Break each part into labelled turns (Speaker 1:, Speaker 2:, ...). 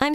Speaker 1: I'm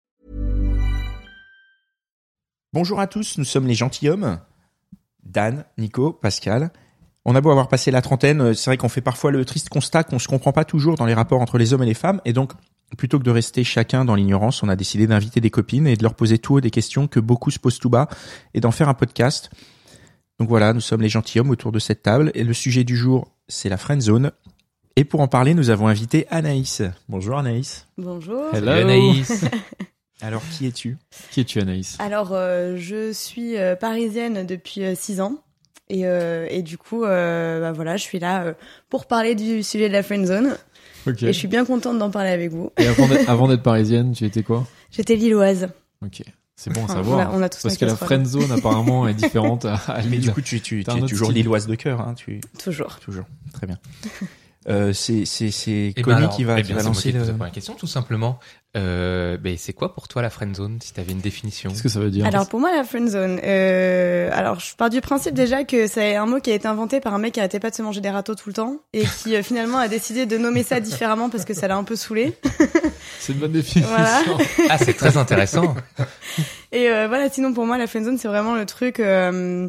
Speaker 2: Bonjour à tous, nous sommes les gentilshommes. Dan, Nico, Pascal. On a beau avoir passé la trentaine, euh, c'est vrai qu'on fait parfois le triste constat qu'on se comprend pas toujours dans les rapports entre les hommes et les femmes, et donc plutôt que de rester chacun dans l'ignorance, on a décidé d'inviter des copines et de leur poser tout haut des questions que beaucoup se posent tout bas, et d'en faire un podcast. Donc voilà, nous sommes les gentilshommes autour de cette table, et le sujet du jour, c'est la friend zone. Et pour en parler, nous avons invité Anaïs. Bonjour Anaïs.
Speaker 3: Bonjour.
Speaker 4: Hello Anaïs.
Speaker 2: Alors qui es-tu
Speaker 4: Qui es-tu Anaïs
Speaker 3: Alors, euh, je suis euh, parisienne depuis 6 ans. Et, euh, et du coup, euh, bah voilà, je suis là euh, pour parler du sujet de la friend zone.
Speaker 4: Ok.
Speaker 3: Et je suis bien contente d'en parler avec vous.
Speaker 4: Et avant d'être- avant d'être parisienne, tu étais quoi
Speaker 3: J'étais lilloise.
Speaker 4: Ok. C'est bon à
Speaker 3: Enfin,
Speaker 4: savoir.
Speaker 3: on a- on a
Speaker 4: hein.
Speaker 3: tous euh,
Speaker 4: Parce
Speaker 3: la
Speaker 4: que la
Speaker 3: casserole.
Speaker 4: friend zone apparemment est différente à, à
Speaker 2: Mais du
Speaker 4: Lille.
Speaker 2: coup, tu, tu,
Speaker 4: T'as
Speaker 2: tu
Speaker 4: un
Speaker 2: es
Speaker 4: autre
Speaker 2: toujours
Speaker 4: style.
Speaker 2: lilloise de cœur, hein, tu...
Speaker 3: Toujours.
Speaker 2: Toujours. Très bien. Euh, c'est c'est c'est
Speaker 5: Eh ben
Speaker 2: Connie
Speaker 5: alors,
Speaker 2: qui va,
Speaker 5: eh
Speaker 2: qui
Speaker 5: bien,
Speaker 2: va
Speaker 5: c'est moi
Speaker 2: lancer
Speaker 5: qui
Speaker 2: le.
Speaker 5: pose la première question, tout simplement. Euh, ben, c'est quoi pour toi la friend zone si t'avais une définition
Speaker 4: Qu'est-ce que ça veut dire
Speaker 3: Alors pour moi la friend zone, euh, alors je pars du principe déjà que c'est un mot qui a été inventé par un mec qui arrêtait pas de se manger des râteaux tout le temps et qui euh, finalement a décidé de nommer ça différemment parce que ça l'a un peu saoulé.
Speaker 4: C'est une bonne définition.
Speaker 3: Voilà.
Speaker 5: Ah, c'est très intéressant.
Speaker 3: Et euh, voilà, sinon pour moi, la friendzone, c'est vraiment le truc euh,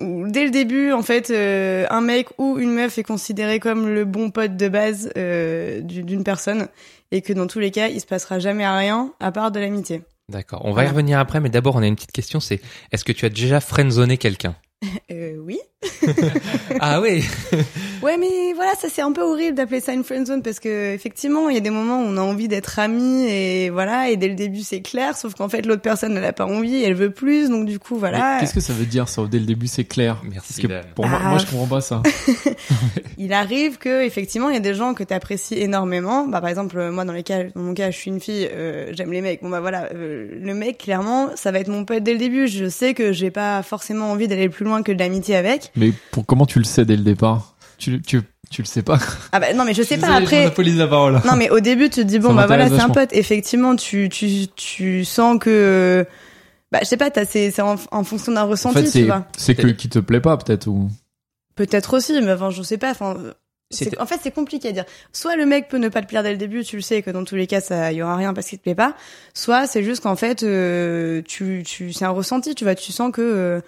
Speaker 3: où dès le début, en fait, euh, un mec ou une meuf est considéré comme le bon pote de base euh, du- d'une personne et que dans tous les cas, il se passera jamais rien à part de l'amitié.
Speaker 5: D'accord. On va y revenir après, mais d'abord, on a une petite question. C'est est-ce que tu as déjà friendzoné quelqu'un
Speaker 3: Euh, oui.
Speaker 5: Ah oui.
Speaker 3: Ouais, mais voilà, ça c'est un peu horrible d'appeler ça une friendzone parce que effectivement, il y a des moments où on a envie d'être amis et voilà, et dès le début, c'est clair, sauf qu'en fait, l'autre personne, elle a pas envie, elle veut plus, donc du coup, voilà.
Speaker 4: Mais Qu'est-ce que ça veut dire ça Dès le début, c'est clair.
Speaker 5: Merci,
Speaker 4: Parce que
Speaker 5: Dan.
Speaker 4: pour moi,
Speaker 3: Ah.
Speaker 4: moi, je comprends pas ça.
Speaker 3: Il arrive que effectivement il y a des gens que tu apprécies énormément. Bah par exemple euh, moi dans les cas dans mon cas je suis une fille, euh, j'aime les mecs. Bon bah voilà, euh, le mec clairement ça va être mon pote dès le début. Je sais que j'ai pas forcément envie d'aller plus loin que de l'amitié avec.
Speaker 4: Mais pour comment tu le sais dès le départ tu, le- tu, tu le sais pas.
Speaker 3: Ah bah non mais je sais
Speaker 4: suis
Speaker 3: pas
Speaker 4: désolé,
Speaker 3: après.
Speaker 4: monopolise la parole.
Speaker 3: Non mais au début tu te dis bon
Speaker 4: Ça
Speaker 3: bah voilà
Speaker 4: m'intéresse
Speaker 3: c'est un
Speaker 4: vachement.
Speaker 3: pote. Effectivement tu tu tu sens que bah je sais pas t'as- c'est c'est en, en fonction d'un
Speaker 4: en
Speaker 3: ressenti
Speaker 4: fait,
Speaker 3: tu
Speaker 4: c'est
Speaker 3: vois.
Speaker 4: c'est que qui te plaît pas peut-être ou.
Speaker 3: Peut-être aussi mais enfin je sais pas enfin
Speaker 2: C'était-
Speaker 3: C'est- En fait, c'est compliqué à dire. Soit le mec peut ne pas te plaire dès le début, tu le sais que dans tous les cas, ça, il y aura rien parce qu'il te plaît pas. Soit c'est juste qu'en fait, euh, tu, tu, c'est un ressenti, tu vois, tu sens que, euh,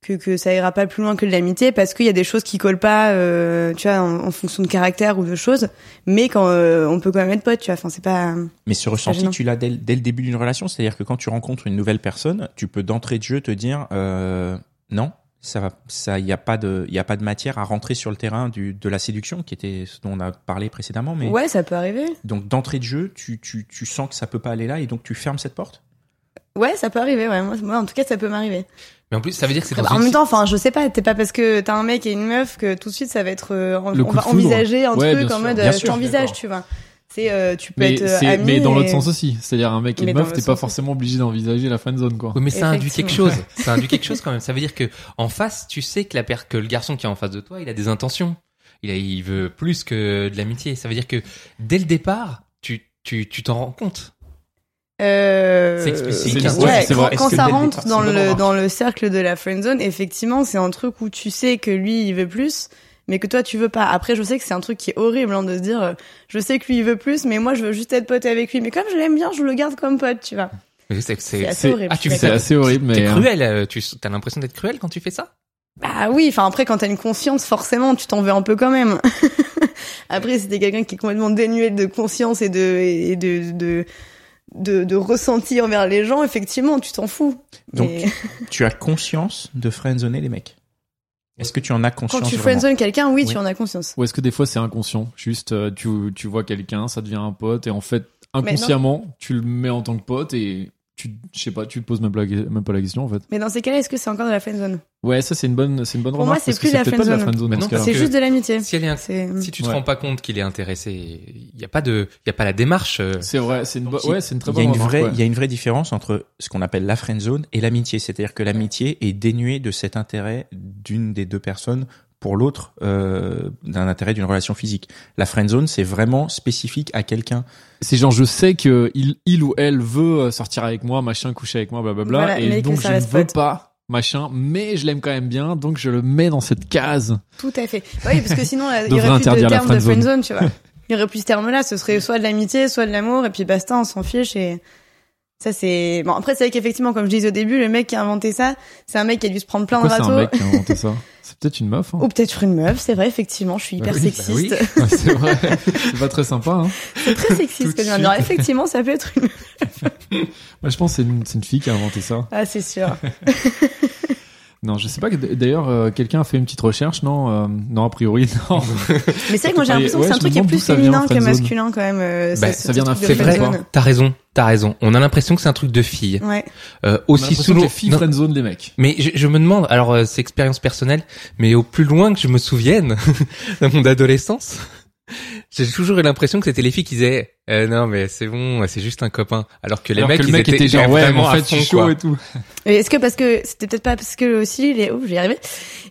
Speaker 3: que, que ça ira pas plus loin que de l'amitié parce qu'il y a des choses qui collent pas, euh, tu vois, en, en fonction de caractère ou de choses. Mais quand euh, on peut quand même être pote, tu vois. Enfin, c'est pas.
Speaker 2: Mais ce ressenti,
Speaker 3: gênant.
Speaker 2: tu l'as dès, le- dès le début d'une relation, c'est-à-dire que quand tu rencontres une nouvelle personne, tu peux d'entrée de jeu te dire euh, non, ça va, ça, il y a pas de, il y a pas de matière à rentrer sur le terrain du, de la séduction, qui était ce dont on a parlé précédemment. Mais
Speaker 3: Ouais, ça peut arriver.
Speaker 2: donc d'entrée de jeu, tu, tu, tu sens que ça peut pas aller là, et donc tu fermes cette porte.
Speaker 3: Ouais, ça peut arriver. Ouais, moi, moi, en tout cas, ça peut m'arriver.
Speaker 5: Mais en plus, ça veut dire que c'est
Speaker 3: Après, bah,
Speaker 5: dans
Speaker 3: en
Speaker 5: une-
Speaker 3: même temps, enfin, je sais pas, t'es pas parce que t'as un mec et une meuf que tout de suite ça va être, euh, on,
Speaker 4: Le
Speaker 3: on
Speaker 4: coup de
Speaker 3: va
Speaker 4: foudre.
Speaker 3: envisager un
Speaker 4: Ouais,
Speaker 3: truc
Speaker 4: bien
Speaker 3: en
Speaker 4: sûr.
Speaker 3: mode,
Speaker 2: Bien sûr,
Speaker 3: euh, je
Speaker 5: je
Speaker 3: t'envisage,
Speaker 5: suis
Speaker 3: tu vois. C'est, euh, tu peux
Speaker 4: Mais,
Speaker 3: être euh,
Speaker 4: c'est-
Speaker 3: ami.
Speaker 4: mais dans l'autre
Speaker 3: et-
Speaker 4: sens aussi. C'est-à-dire un mec et
Speaker 3: Mais
Speaker 4: une
Speaker 3: dans
Speaker 4: meuf,
Speaker 3: l'autre
Speaker 4: t'es pas
Speaker 3: sens
Speaker 4: forcément obligé d'envisager la friend zone quoi.
Speaker 5: Oui, mais ça induit quelque
Speaker 3: Effectivement.
Speaker 5: chose. Ça induit quelque chose quand même. Ça veut dire que en face, tu sais que la per- que le garçon qui est en face de toi, il a des intentions. Il a, il veut plus que de l'amitié. Ça veut dire que dès le départ, tu tu tu t'en rends compte.
Speaker 3: Euh,
Speaker 5: C'est explicite.
Speaker 2: C'est une question,
Speaker 3: Ouais,
Speaker 2: c'est
Speaker 3: quand,
Speaker 2: vrai.
Speaker 3: quand
Speaker 2: Est-ce que
Speaker 3: ça
Speaker 2: dès le
Speaker 3: rentre
Speaker 2: départ,
Speaker 3: dans
Speaker 2: c'est une
Speaker 3: le,
Speaker 2: bonne
Speaker 3: dans le cercle de la friendzone, effectivement, c'est un truc où tu sais que lui, il veut plus, mais que toi, tu veux pas. Après, je sais que c'est un truc qui est horrible, hein, de se dire, euh, je sais que lui, il veut plus, mais moi, je veux juste être pote avec lui. Mais comme je l'aime bien, je le garde comme pote, tu vois.
Speaker 5: Mais C'est c'est-
Speaker 3: C'est assez
Speaker 5: c'est-
Speaker 3: horrible,
Speaker 5: Ah,
Speaker 3: je
Speaker 5: tu
Speaker 3: suis
Speaker 5: fais
Speaker 4: C'est
Speaker 3: d'accord.
Speaker 5: ça.
Speaker 4: assez horrible, mais.
Speaker 5: T'es
Speaker 4: euh,
Speaker 5: cruel. euh, Tu as l'impression d'être cruel quand tu fais ça.
Speaker 3: Bah oui, enfin après quand t'as une conscience, forcément tu t'en veux un peu quand même. après si t'es quelqu'un qui est complètement dénué de conscience et de et de de, de, de ressenti envers les gens, effectivement tu t'en fous.
Speaker 2: Donc,
Speaker 3: Mais
Speaker 2: Tu as conscience de friendzoner les mecs. Est-ce que tu en as
Speaker 3: quand
Speaker 2: conscience
Speaker 3: tu
Speaker 2: vraiment
Speaker 3: friendzone quelqu'un, oui,
Speaker 2: Oui.
Speaker 3: tu en as conscience.
Speaker 4: Ou est-ce que des fois c'est inconscient Juste euh, tu, tu vois quelqu'un, ça devient un pote et en fait
Speaker 3: non.
Speaker 4: inconsciemment tu le mets en tant que pote et tu tu, je sais pas, tu te poses même, la- même pas la question en fait.
Speaker 3: Mais dans ces cas-là, est-ce que c'est encore de la friendzone
Speaker 4: Ouais, ça c'est une bonne, c'est une bonne
Speaker 3: Pour
Speaker 4: remarque
Speaker 3: moi, c'est
Speaker 4: parce
Speaker 3: plus
Speaker 4: que c'est
Speaker 3: la
Speaker 4: peut-être pas de la
Speaker 3: friendzone.
Speaker 4: friendzone
Speaker 5: Mais
Speaker 4: dans
Speaker 5: non,
Speaker 4: ce cas-là.
Speaker 3: C'est
Speaker 5: que-
Speaker 3: juste de l'amitié.
Speaker 5: Si, elle est int-
Speaker 3: C'est-
Speaker 5: si tu te
Speaker 4: Ouais.
Speaker 5: rends pas compte qu'il est intéressé, il n'y a pas de, il y a pas la démarche. euh,
Speaker 4: C'est vrai, c'est une, bo-
Speaker 5: Donc, il-
Speaker 4: Bah ouais, c'est une très
Speaker 2: Il y, a
Speaker 4: bonne
Speaker 2: une
Speaker 4: remarque.
Speaker 2: vraie,
Speaker 4: ouais.
Speaker 2: il y a une vraie différence entre ce qu'on appelle la friend zone et l'amitié. C'est-à-dire que l'amitié est dénuée de cet intérêt d'une des deux personnes pour l'autre, euh, d'un intérêt d'une relation physique. La friend zone, c'est vraiment spécifique à quelqu'un.
Speaker 4: C'est genre, je sais que il, il ou elle veut euh, sortir avec moi, machin, coucher avec moi, blablabla,
Speaker 3: Voilà, mais
Speaker 4: et
Speaker 3: que
Speaker 4: donc
Speaker 3: ça
Speaker 4: je ne
Speaker 3: reste
Speaker 4: veux
Speaker 3: pote.
Speaker 4: pas, machin, mais je l'aime quand même bien, donc je le mets dans cette case.
Speaker 3: Tout à fait. Bah Oui, parce que sinon, là, il y
Speaker 4: Devrait
Speaker 3: aurait plus de
Speaker 4: interdire la
Speaker 3: terme de
Speaker 4: friendzone.
Speaker 3: friendzone, tu vois. Il y aurait plus ce terme-là, ce serait soit de l'amitié, soit de l'amour, et puis basta, on s'en fiche, et ça c'est... Bon, après, c'est vrai qu'effectivement, comme je disais au début, le mec qui a inventé ça, c'est un mec qui a dû se prendre plein
Speaker 4: Pourquoi c'est
Speaker 3: de
Speaker 4: un mec
Speaker 3: râteaux.
Speaker 4: qui a inventé ça C'est peut-être une meuf. Hein.
Speaker 3: Ou peut-être une meuf, c'est vrai, effectivement, je suis hyper
Speaker 5: Oui, bah
Speaker 3: sexiste.
Speaker 5: oui.
Speaker 4: Ouais, c'est vrai, c'est pas très sympa. Hein.
Speaker 3: C'est très sexiste
Speaker 4: Tout
Speaker 3: ce que je viens
Speaker 4: de
Speaker 3: de dire. Effectivement, ça peut être une meuf.
Speaker 4: Moi, Bah, je pense que c'est une, c'est une fille qui a inventé ça.
Speaker 3: Ah, c'est sûr.
Speaker 4: Non, je sais pas. que- D'ailleurs, euh, quelqu'un a fait une petite recherche, non euh, Non, a priori, non.
Speaker 3: Mais c'est vrai que moi j'ai
Speaker 4: Ouais,
Speaker 3: l'impression que
Speaker 4: ouais,
Speaker 3: c'est un
Speaker 4: je
Speaker 3: truc qui est
Speaker 4: me demande
Speaker 3: plus
Speaker 4: d'où ça vient,
Speaker 3: féminin que
Speaker 4: friendzone.
Speaker 3: masculin quand même. euh,
Speaker 4: Bah,
Speaker 3: ce-
Speaker 4: ça
Speaker 3: ce
Speaker 4: vient d'un
Speaker 3: truc de
Speaker 5: C'est vrai.
Speaker 3: friendzone.
Speaker 5: T'as raison, t'as raison. On a l'impression que c'est un truc de fille.
Speaker 3: Ouais.
Speaker 5: Euh,
Speaker 4: On a
Speaker 5: aussi
Speaker 4: l'impression que
Speaker 5: souvent.
Speaker 4: les filles
Speaker 5: Non,
Speaker 4: friendzone les mecs.
Speaker 5: Mais je, je me demande, alors euh, c'est expérience personnelle, mais au plus loin que je me souvienne de mon adolescence, j'ai toujours eu l'impression que c'était les filles qui disaient euh, non mais c'est bon, c'est juste un copain, alors que les
Speaker 4: Alors
Speaker 5: mecs
Speaker 4: que le
Speaker 5: ils
Speaker 4: mec
Speaker 5: étaient
Speaker 4: était genre, ouais, mais
Speaker 5: vraiment
Speaker 4: en
Speaker 5: à
Speaker 4: fait, je
Speaker 5: fond,
Speaker 4: suis chaud
Speaker 5: quoi.
Speaker 4: et tout.
Speaker 3: Et Est-ce que parce que c'était peut-être pas parce que aussi les oh j'y arrivais.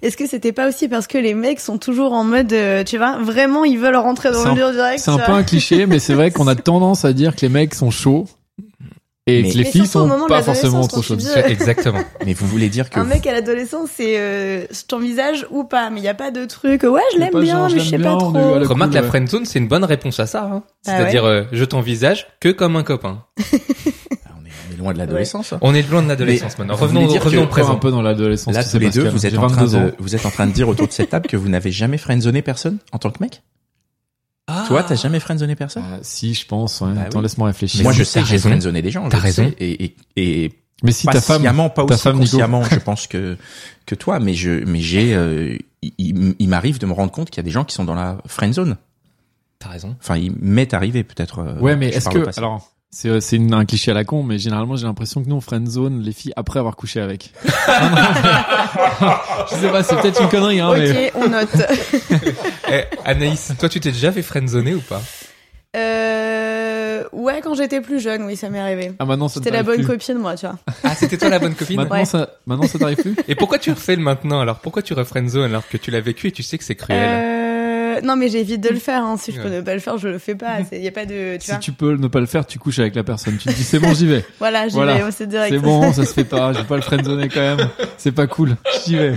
Speaker 3: Est-ce que c'était pas aussi parce que les mecs sont toujours en mode euh, tu vois vraiment ils veulent rentrer dans
Speaker 4: C'est
Speaker 3: le
Speaker 4: un-
Speaker 3: dur direct.
Speaker 4: C'est un
Speaker 3: tu
Speaker 4: peu
Speaker 3: vois.
Speaker 4: un cliché, mais c'est vrai qu'on a tendance à dire que les mecs sont chauds et
Speaker 2: Mais-
Speaker 4: que les
Speaker 3: Mais
Speaker 4: filles
Speaker 3: surtout au
Speaker 4: sont
Speaker 3: moment de
Speaker 4: pas forcément
Speaker 3: l'adolescence,
Speaker 4: trop
Speaker 3: quand
Speaker 4: chaudes.
Speaker 3: tu
Speaker 5: Ouais, Exactement.
Speaker 2: Mais vous voulez dire que
Speaker 3: Un mec à l'adolescence c'est euh, je t'envisage ou pas mais il y a pas de truc ouais je
Speaker 4: Y a
Speaker 3: l'aime
Speaker 4: pas
Speaker 3: bien
Speaker 4: genre, je
Speaker 3: mais je sais
Speaker 4: l'aime
Speaker 3: pas
Speaker 4: bien, on est
Speaker 3: trop.
Speaker 4: à Le
Speaker 5: Remarque,
Speaker 4: cool,
Speaker 5: la
Speaker 4: ouais.
Speaker 5: friendzone, c'est une bonne réponse à ça. hein.
Speaker 3: Ah
Speaker 5: C'est-à-dire, euh, je t'envisage que comme un copain.
Speaker 2: vous- Ah, on, est, on est loin de l'adolescence. hein.
Speaker 5: On est loin de l'adolescence maintenant.
Speaker 2: vous voulez
Speaker 5: Revenons,
Speaker 2: dire que-
Speaker 5: revenons au
Speaker 4: Encore un
Speaker 5: présent.
Speaker 4: peu dans l'adolescence.
Speaker 2: Là,
Speaker 4: tu
Speaker 2: tous
Speaker 4: sais,
Speaker 2: les deux,
Speaker 4: Pascal.
Speaker 2: vous êtes,
Speaker 4: J'ai
Speaker 2: en train
Speaker 4: 22 ans.
Speaker 2: de, vous êtes en train de dire autour de cette table que vous n'avez jamais friendzonné personne en tant que mec. Toi, t'as jamais friendzonné personne
Speaker 4: Ah, si, je pense. ouais.
Speaker 2: Bah
Speaker 4: Attends,
Speaker 2: oui.
Speaker 4: laisse-moi réfléchir.
Speaker 2: Moi,
Speaker 5: si,
Speaker 2: je sais
Speaker 5: t'as
Speaker 2: que j'ai
Speaker 5: raison.
Speaker 2: friendzonné des gens. je
Speaker 5: T'as
Speaker 2: le
Speaker 5: raison.
Speaker 2: sais. Et, et, et
Speaker 4: mais si
Speaker 2: pas
Speaker 4: ta femme,
Speaker 2: sciemment, pas
Speaker 4: ta
Speaker 2: aussi
Speaker 4: femme, Nico.
Speaker 2: consciemment, je pense que que toi, mais je, mais j'ai, euh, il- il, il m'arrive de me rendre compte qu'il y a des gens qui sont dans la friend zone.
Speaker 5: Ah, T'as raison.
Speaker 2: Enfin, il m'est arrivé peut-être. euh,
Speaker 4: Ouais, mais
Speaker 2: je
Speaker 4: est-ce
Speaker 2: parle au
Speaker 4: que
Speaker 2: passé.
Speaker 4: alors c'est euh, c'est une- un cliché à la con, mais généralement j'ai l'impression que nous on friendzone les filles après avoir couché avec. Ah non, mais- je sais pas, c'est peut-être une connerie, hein, mais
Speaker 3: Ok on note.
Speaker 5: Eh, Anaïs, toi, tu t'es déjà fait friendzoner ou pas
Speaker 3: euh, ouais quand j'étais plus jeune oui ça m'est arrivé.
Speaker 4: ah maintenant ça
Speaker 3: C'était la
Speaker 4: t'arrive
Speaker 3: bonne
Speaker 4: plus.
Speaker 3: copine moi tu vois.
Speaker 5: Ah, c'était toi la bonne copine
Speaker 4: Maintenant
Speaker 3: Ouais.
Speaker 4: ça, maintenant ça t'arrive plus.
Speaker 5: Et pourquoi tu refais le maintenant alors Pourquoi tu refriendzone alors que tu l'as vécu et tu sais que c'est cruel
Speaker 3: Euh, non mais j'évite de le faire hein. si je peux
Speaker 5: Ouais.
Speaker 3: ne pas le faire je le fais pas il y a pas de tu
Speaker 4: si
Speaker 3: vois.
Speaker 4: tu peux ne pas le faire, tu couches avec la personne. Tu te dis c'est bon, j'y vais.
Speaker 3: Voilà j'y
Speaker 4: Voilà.
Speaker 3: vais ouais, c'est direct.
Speaker 4: C'est bon, ça se fait pas. Je vais pas le friendzoner quand même. C'est pas cool. J'y vais.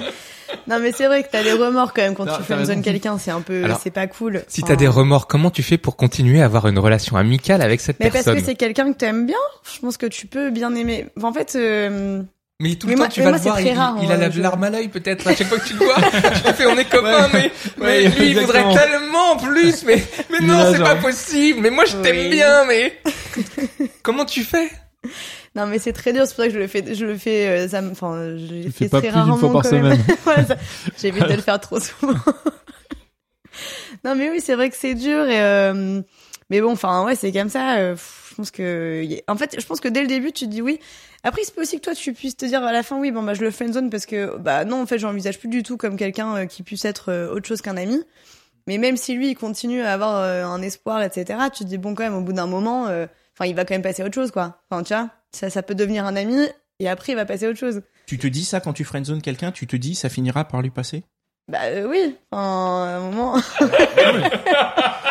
Speaker 3: Non, mais c'est vrai que t'as des remords quand même quand
Speaker 4: Non,
Speaker 3: tu
Speaker 4: t'as
Speaker 3: fais une
Speaker 4: raison.
Speaker 3: zone quelqu'un, c'est un peu,
Speaker 5: Alors,
Speaker 3: c'est pas cool.
Speaker 5: Si
Speaker 3: Enfin,
Speaker 5: t'as des remords, comment tu fais pour continuer à avoir une relation amicale avec cette
Speaker 3: Mais parce
Speaker 5: personne
Speaker 3: que c'est quelqu'un que t'aimes bien, je pense que tu peux bien aimer. Enfin, en fait, euh,
Speaker 5: Mais tout
Speaker 3: Mais
Speaker 5: le
Speaker 3: moi-
Speaker 5: temps, tu
Speaker 3: mais
Speaker 5: vas
Speaker 3: moi,
Speaker 5: le
Speaker 3: c'est
Speaker 5: voir,
Speaker 3: très
Speaker 5: il,
Speaker 3: rare,
Speaker 5: il
Speaker 3: hein,
Speaker 5: a la
Speaker 3: je-
Speaker 5: larme à l'œil peut-être à chaque fois que tu le vois. tu fais, on est
Speaker 4: Ouais.
Speaker 5: copains, mais,
Speaker 4: Ouais,
Speaker 5: mais lui, il voudrait
Speaker 4: exactement.
Speaker 5: tellement plus, mais, mais
Speaker 4: Il
Speaker 5: non,
Speaker 4: a
Speaker 5: c'est
Speaker 4: genre-
Speaker 5: pas possible, mais moi, je
Speaker 3: Oui.
Speaker 5: t'aime bien, mais comment tu fais
Speaker 3: non, mais c'est très dur, c'est pour ça que je le fais, je le fais, euh, ça me, enfin, je l'ai
Speaker 4: Tu
Speaker 3: fait
Speaker 4: fais pas
Speaker 3: très
Speaker 4: plus d'une
Speaker 3: rarement
Speaker 4: fois par
Speaker 3: quand même.
Speaker 4: semaine.
Speaker 3: Voilà, ça- J'évite de le faire trop souvent. non, mais oui, c'est vrai que c'est dur et, euh, mais bon, enfin, ouais, c'est comme ça. euh, pff, je pense que, y a- en fait, je pense que dès le début, tu te dis oui. Après, il se peut aussi que toi, tu puisses te dire à la fin, oui, bon, bah, je le fais une zone parce que, bah, non, en fait, j'envisage plus du tout comme quelqu'un euh, qui puisse être euh, autre chose qu'un ami. Mais même si lui, il continue à avoir euh, un espoir, etc., tu te dis, bon, quand même, au bout d'un moment, euh, enfin, il va quand même passer à autre chose, quoi. Enfin, tu vois, ça, ça peut devenir un ami et après, il va passer à autre chose.
Speaker 2: Tu te dis ça quand tu friendzone quelqu'un, tu te dis ça finira par lui passer.
Speaker 3: Bah, euh, oui, enfin, à un moment.